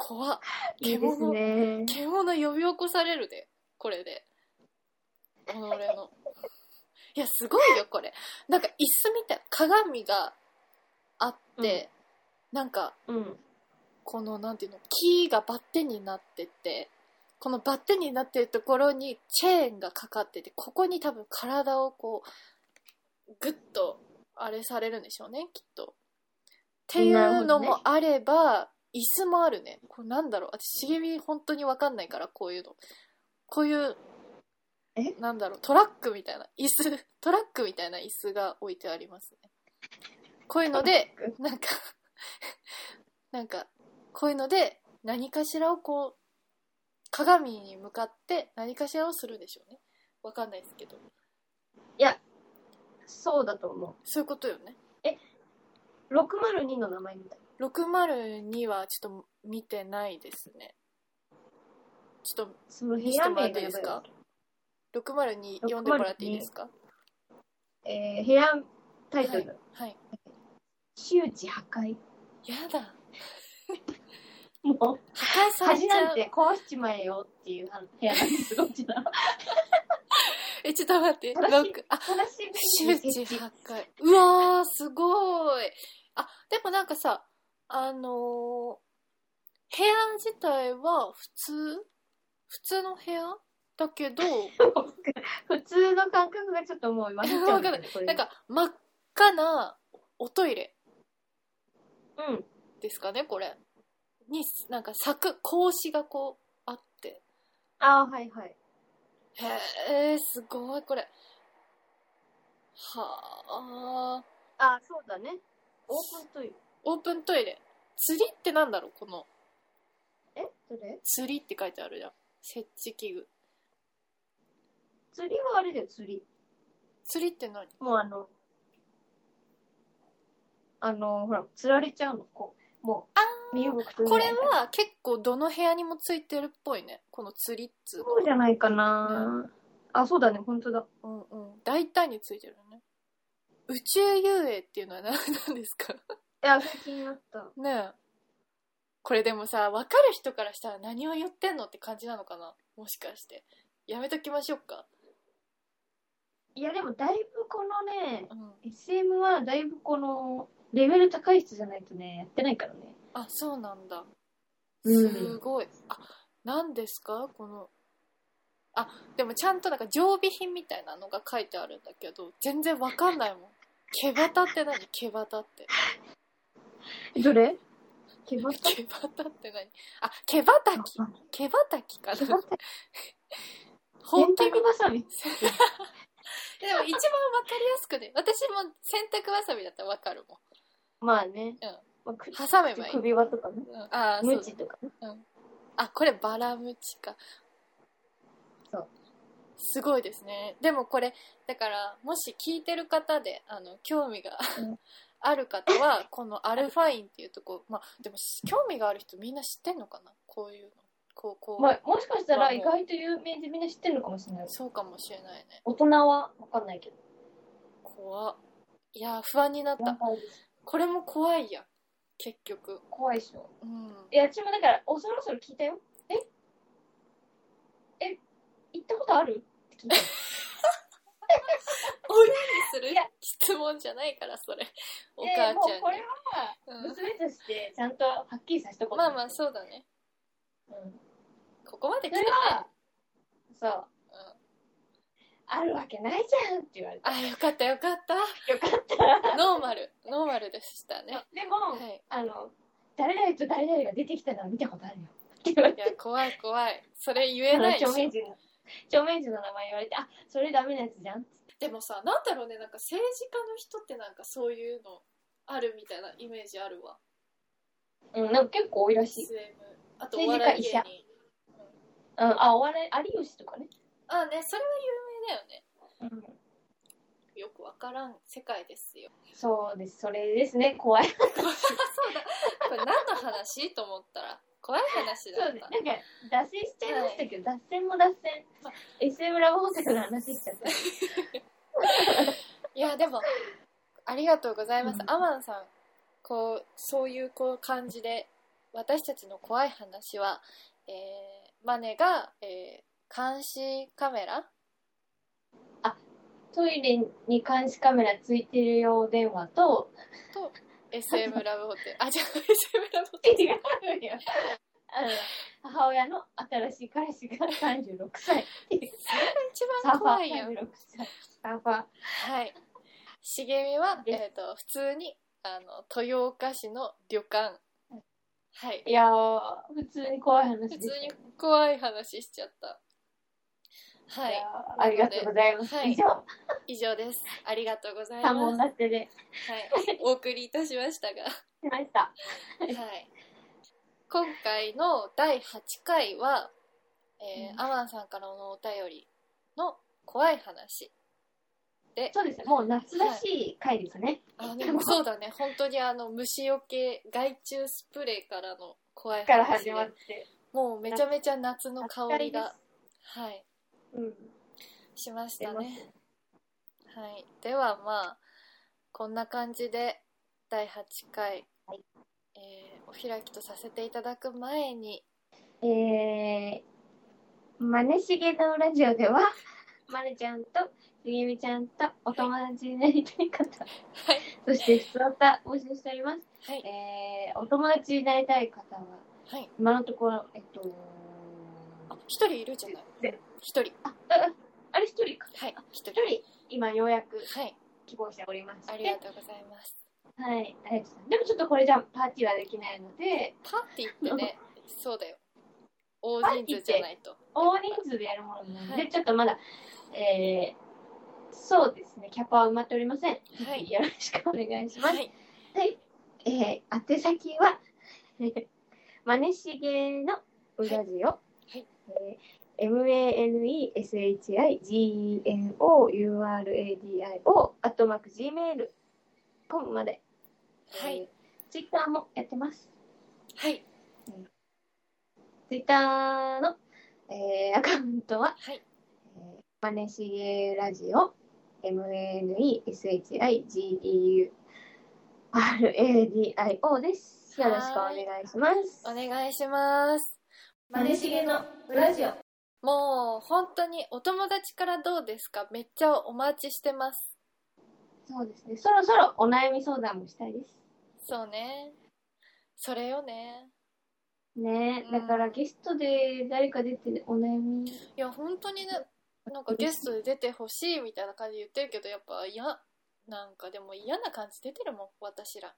S2: 怖っ
S1: いいです
S2: 獣
S1: ね。
S2: 獣呼び起こされるでこれで己の いやすごいよこれなんか椅子みたい鏡があって、なんか
S1: うん。
S2: このなんていうの木がバッテンになっててこのバッテンになってるところにチェーンがかかっててここに多分体をこうグッとあれされるんでしょうねきっと。ってい
S1: なる
S2: う
S1: ほ
S2: の
S1: どね
S2: もあれば、椅子もあるねこれなんだろう私茂み本当に分かんないからこういうのこういう
S1: え
S2: なんだろうトラックみたいな椅子トラックみたいな椅子が置いてありますねこういうので
S1: トラッ
S2: なんか なんかこういうので何かしらをこう鏡に向かって何かしらをするでしょうねわかんないですけど
S1: そうだと思
S2: そういうことよね
S1: う。602の名前みたい。
S2: 602はちょっと見てないですねちょっと
S1: その部
S2: 見せて
S1: 屋
S2: もら
S1: 名
S2: っていいですか602
S1: 602
S2: 読んでもらっていいですか
S1: えー、部屋タイトル。
S2: はい
S1: 周知破壊。
S2: やだ
S1: もう、
S2: 破壊され
S1: 恥
S2: ち
S1: な
S2: ゃ
S1: ん
S2: う
S1: て壊しちまえよっていうあの部屋なんです。どっちだ
S2: えちょっと待って
S1: 正しい
S2: 六あ
S1: 正
S2: 周知破壊うわーすごいあでもなんかさあのー部屋自体は普通普通の部屋だけど
S1: 普通の感覚がちょっともう今っちゃうんだよねこれ
S2: なんか真っ赤なおトイレ
S1: うん
S2: ですかねこれになんか柵格子がこうあって
S1: ああはいはい
S2: へえすごいこれはあ
S1: ああそうだねオープントイレ
S2: オープントイレ釣りってなんだろうこの
S1: えそれ
S2: 釣りって書いてあるじゃん設置器具
S1: 釣りはあれだよ釣り
S2: 釣りって何
S1: もうあのあのほら釣られちゃうのこうもう身動くと
S2: これは結構どの部屋にもついてるっぽいねこの釣りっつう
S1: そうじゃないかな、あそうだね本当だ
S2: のうんうん大体についてるね宇宙遊泳っていうのは何なんですか
S1: いやそれ気になった
S2: ねえこれでもさ分かる人からしたら何を言ってんのって感じなのかなもしかしてやめときましょうか
S1: いやでもだいぶこのね
S2: うん
S1: SM はだいぶこのレベル高い人じゃないとねやってないからね
S2: あそうなんだ
S1: うん
S2: すごい、あ何ですかこのあでもちゃんとなんか常備品みたいなのが書いてあるんだけど全然わかんないもん毛旗って何毛旗って
S1: どれ毛羽
S2: 毛旗って何あ毛畑毛畑かなほ
S1: 洗
S2: うきみ
S1: 濯ばさみ
S2: でも一番わかりやすくね私も洗濯わさびだったらわかるも
S1: まあね。
S2: う
S1: まあ、
S2: ん
S1: く
S2: ん挟めばいい、
S1: 首輪とかね。
S2: うんああそ
S1: ム
S2: う
S1: チとかね。
S2: あこれバラムチか
S1: そう
S2: すごいですねでもこれだからもし聞いてる方であの興味が
S1: うん
S2: ある方はこのアルファインっていうとこまあでもし興味がある人みんな知ってんのかなこういうのこうこう、
S1: まあ、もしかしたら意外と有名でみんな知ってるのかもしれない。
S2: そうかもしれないね
S1: 大人はわかんないけど。
S2: 怖っいやー不安になっ
S1: なん
S2: た
S1: か
S2: これも怖いやん結局
S1: 怖いでしょ。
S2: うん
S1: いや、私もだから、おそろそろ聞いたよ。ええ行ったことあるって聞いた。
S2: する
S1: いや
S2: 質問じゃないからそれお
S1: で
S2: 母
S1: も
S2: ちゃん
S1: うこ
S2: に
S1: れは、
S2: うん
S1: 娘としてちゃんとはっきりさせとこう。
S2: まあまあそうだね
S1: うん
S2: ここまで来
S1: そ
S2: た
S1: れ
S2: ね
S1: は、そう。
S2: うん
S1: あるわけないじゃんって言われた。
S2: あ、よかったよかった。
S1: よかった。
S2: ノーマル、ノーマルでしたね。
S1: でも、
S2: はい。
S1: あの、誰々と誰々が出てきたのは見たことあるよ。って言われ
S2: い
S1: て、
S2: や、怖い怖い。それ言えないし
S1: あの。著名人の、著名人の名前言われて、あ、それダメなやつじゃん。
S2: でもさ、なんだろうね、なんか政治家の人ってなんかそういうのあるみたいなイメージあるわ。
S1: うん、なんか結構多いらしい。
S2: CM。あとお笑い芸人
S1: 政。うん、あ、お笑い、有吉とかね。
S2: あ、ね、それは有名だよね。
S1: うん。
S2: よくわからん世界ですよ。
S1: そうです。それですね。怖い。
S2: これ何の話と思ったら怖い話だ
S1: そう
S2: っ
S1: です。
S2: た。
S1: なんか、脱線しちゃいましたけど、脱線も脱線。SM ラブホテルの話しちゃった。
S2: いやでもありがとうございます
S1: う。ん
S2: アマンさんこうそういうこう感じで私たちの怖い話は、えーマネが、えー監視カメラ
S1: トイレに監視カメラついてるよう電話と、
S2: SM ラブホ テルあじゃあ SM ラブホテ
S1: え、違うよ。あの、 母親の新しい彼氏が36歳。
S2: ル一
S1: サーファ
S2: 番怖い
S1: ー
S2: よ。
S1: 36歳。サーファー。
S2: はい。茂みは、
S1: で
S2: えー、と普通にあの豊岡市の旅館はい
S1: いやー、普通に怖い話
S2: 普
S1: でし
S2: 通
S1: た
S2: に怖い話しちゃったはいい
S1: やーありがとうございます。
S2: はい
S1: 以上、
S2: 以上ですありがとうございます、
S1: 三本
S2: は
S1: 立てで
S2: い、お送りいたしましたが、
S1: しました。
S2: はい、今回の第8回は、えー
S1: うん
S2: アマンさんからのお便りの怖い話
S1: そうですね、もう夏らしい回ですね。
S2: あでもそうだね本当にあの虫よけ害虫スプレーからの怖い
S1: から
S2: 話
S1: 始
S2: で
S1: まって。
S2: もうめちゃめちゃ夏の香りが、はい、
S1: うん。
S2: しました
S1: 出ま
S2: ね。はい、ではまあこんな感じで第8回、
S1: はい
S2: えーお開きとさせていただく前に
S1: えー、マネしげのラジオでは、まるちゃんと、しげみちゃんとお友達になりたい方、
S2: はい、
S1: そして、ふつおた募集しております。
S2: はい
S1: えー、お友達になりたい方は、
S2: はい、
S1: 今のところ、えっと、
S2: あ一人いるじゃない
S1: で
S2: 一人
S1: あ、ああれ一人か。
S2: はい一
S1: 一人、今ようやく
S2: 人はい
S1: 希望しておりまして。
S2: ありがとうございます
S1: はい、ありがとうございます。でもちょっとこれじゃパーティーはできないので、
S2: パーティーってねそうだよ大人数じゃないと
S1: 大人数でやるものなので、
S2: はい
S1: ちょっとまだ、えー、そうですね、キャパは埋まっておりません。
S2: はい
S1: よろしくお願いします。
S2: は
S1: はい、
S2: い
S1: えー、宛先は、 えーまねしげのうラジオ、
S2: い
S1: えー maneshigenouradio アットマーク gmail.com まで、
S2: はい
S1: ツイッターもやってます。
S2: はい
S1: ツイッターの、えーアカウントは、
S2: はい
S1: えーマネシゲラジオ MANESHIGEURADIO です。よろしくお願いします。
S2: お願いします
S3: マネしげのラジオ
S2: もう本当にお友達からどうですかめっちゃお待ちしてます
S1: そうですね。そろそろお悩み相談もしたいです。
S2: そうねそれよね
S1: ね
S2: うん
S1: え、だからゲストで誰か出てお悩み。
S2: いや本当にねなんかゲストで出てほしいみたいな感じで言ってるけどやっぱいやなんかでも嫌な感じ出てるもん私 ら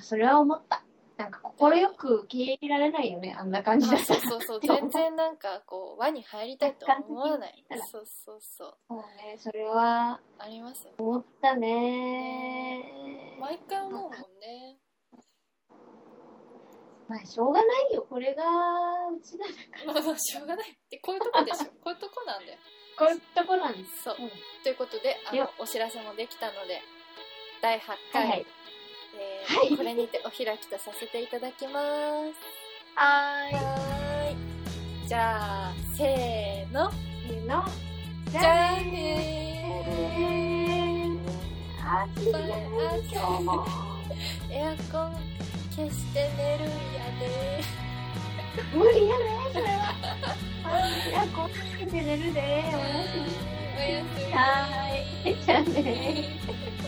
S1: それは思った。なんか快く受け入れられないよね、あんな感じだった
S2: そう
S1: ら。
S2: そうそう全然なんかこう輪に入りたいと思わない
S1: 客観的に見たら
S2: そうそうそう
S1: そうね、それは
S2: ありますよ
S1: 思ったね。
S2: 毎回思うもんね
S1: まあしょうがないよこれがう ちだか
S2: まあしょうがないってこういうとこ でしょこういうとこなんだよ
S1: らこういうとこなんです
S2: そう、
S1: うん
S2: ということであの
S1: よ
S2: お知らせもできたので第8
S1: は
S2: 回、
S1: いはい
S2: えー
S1: はい
S2: これにてお開きとさせていただきます
S1: は
S2: はーい。じゃあ、せーの。
S1: ーいの
S2: じゃあね
S1: 暑いね今日も
S2: ー。エアコン消して寝るんやで
S1: 無理やねこれははいやこうつけて寝るでおやすみ
S2: ー。おやすみ。
S1: はーいじゃあね
S2: はい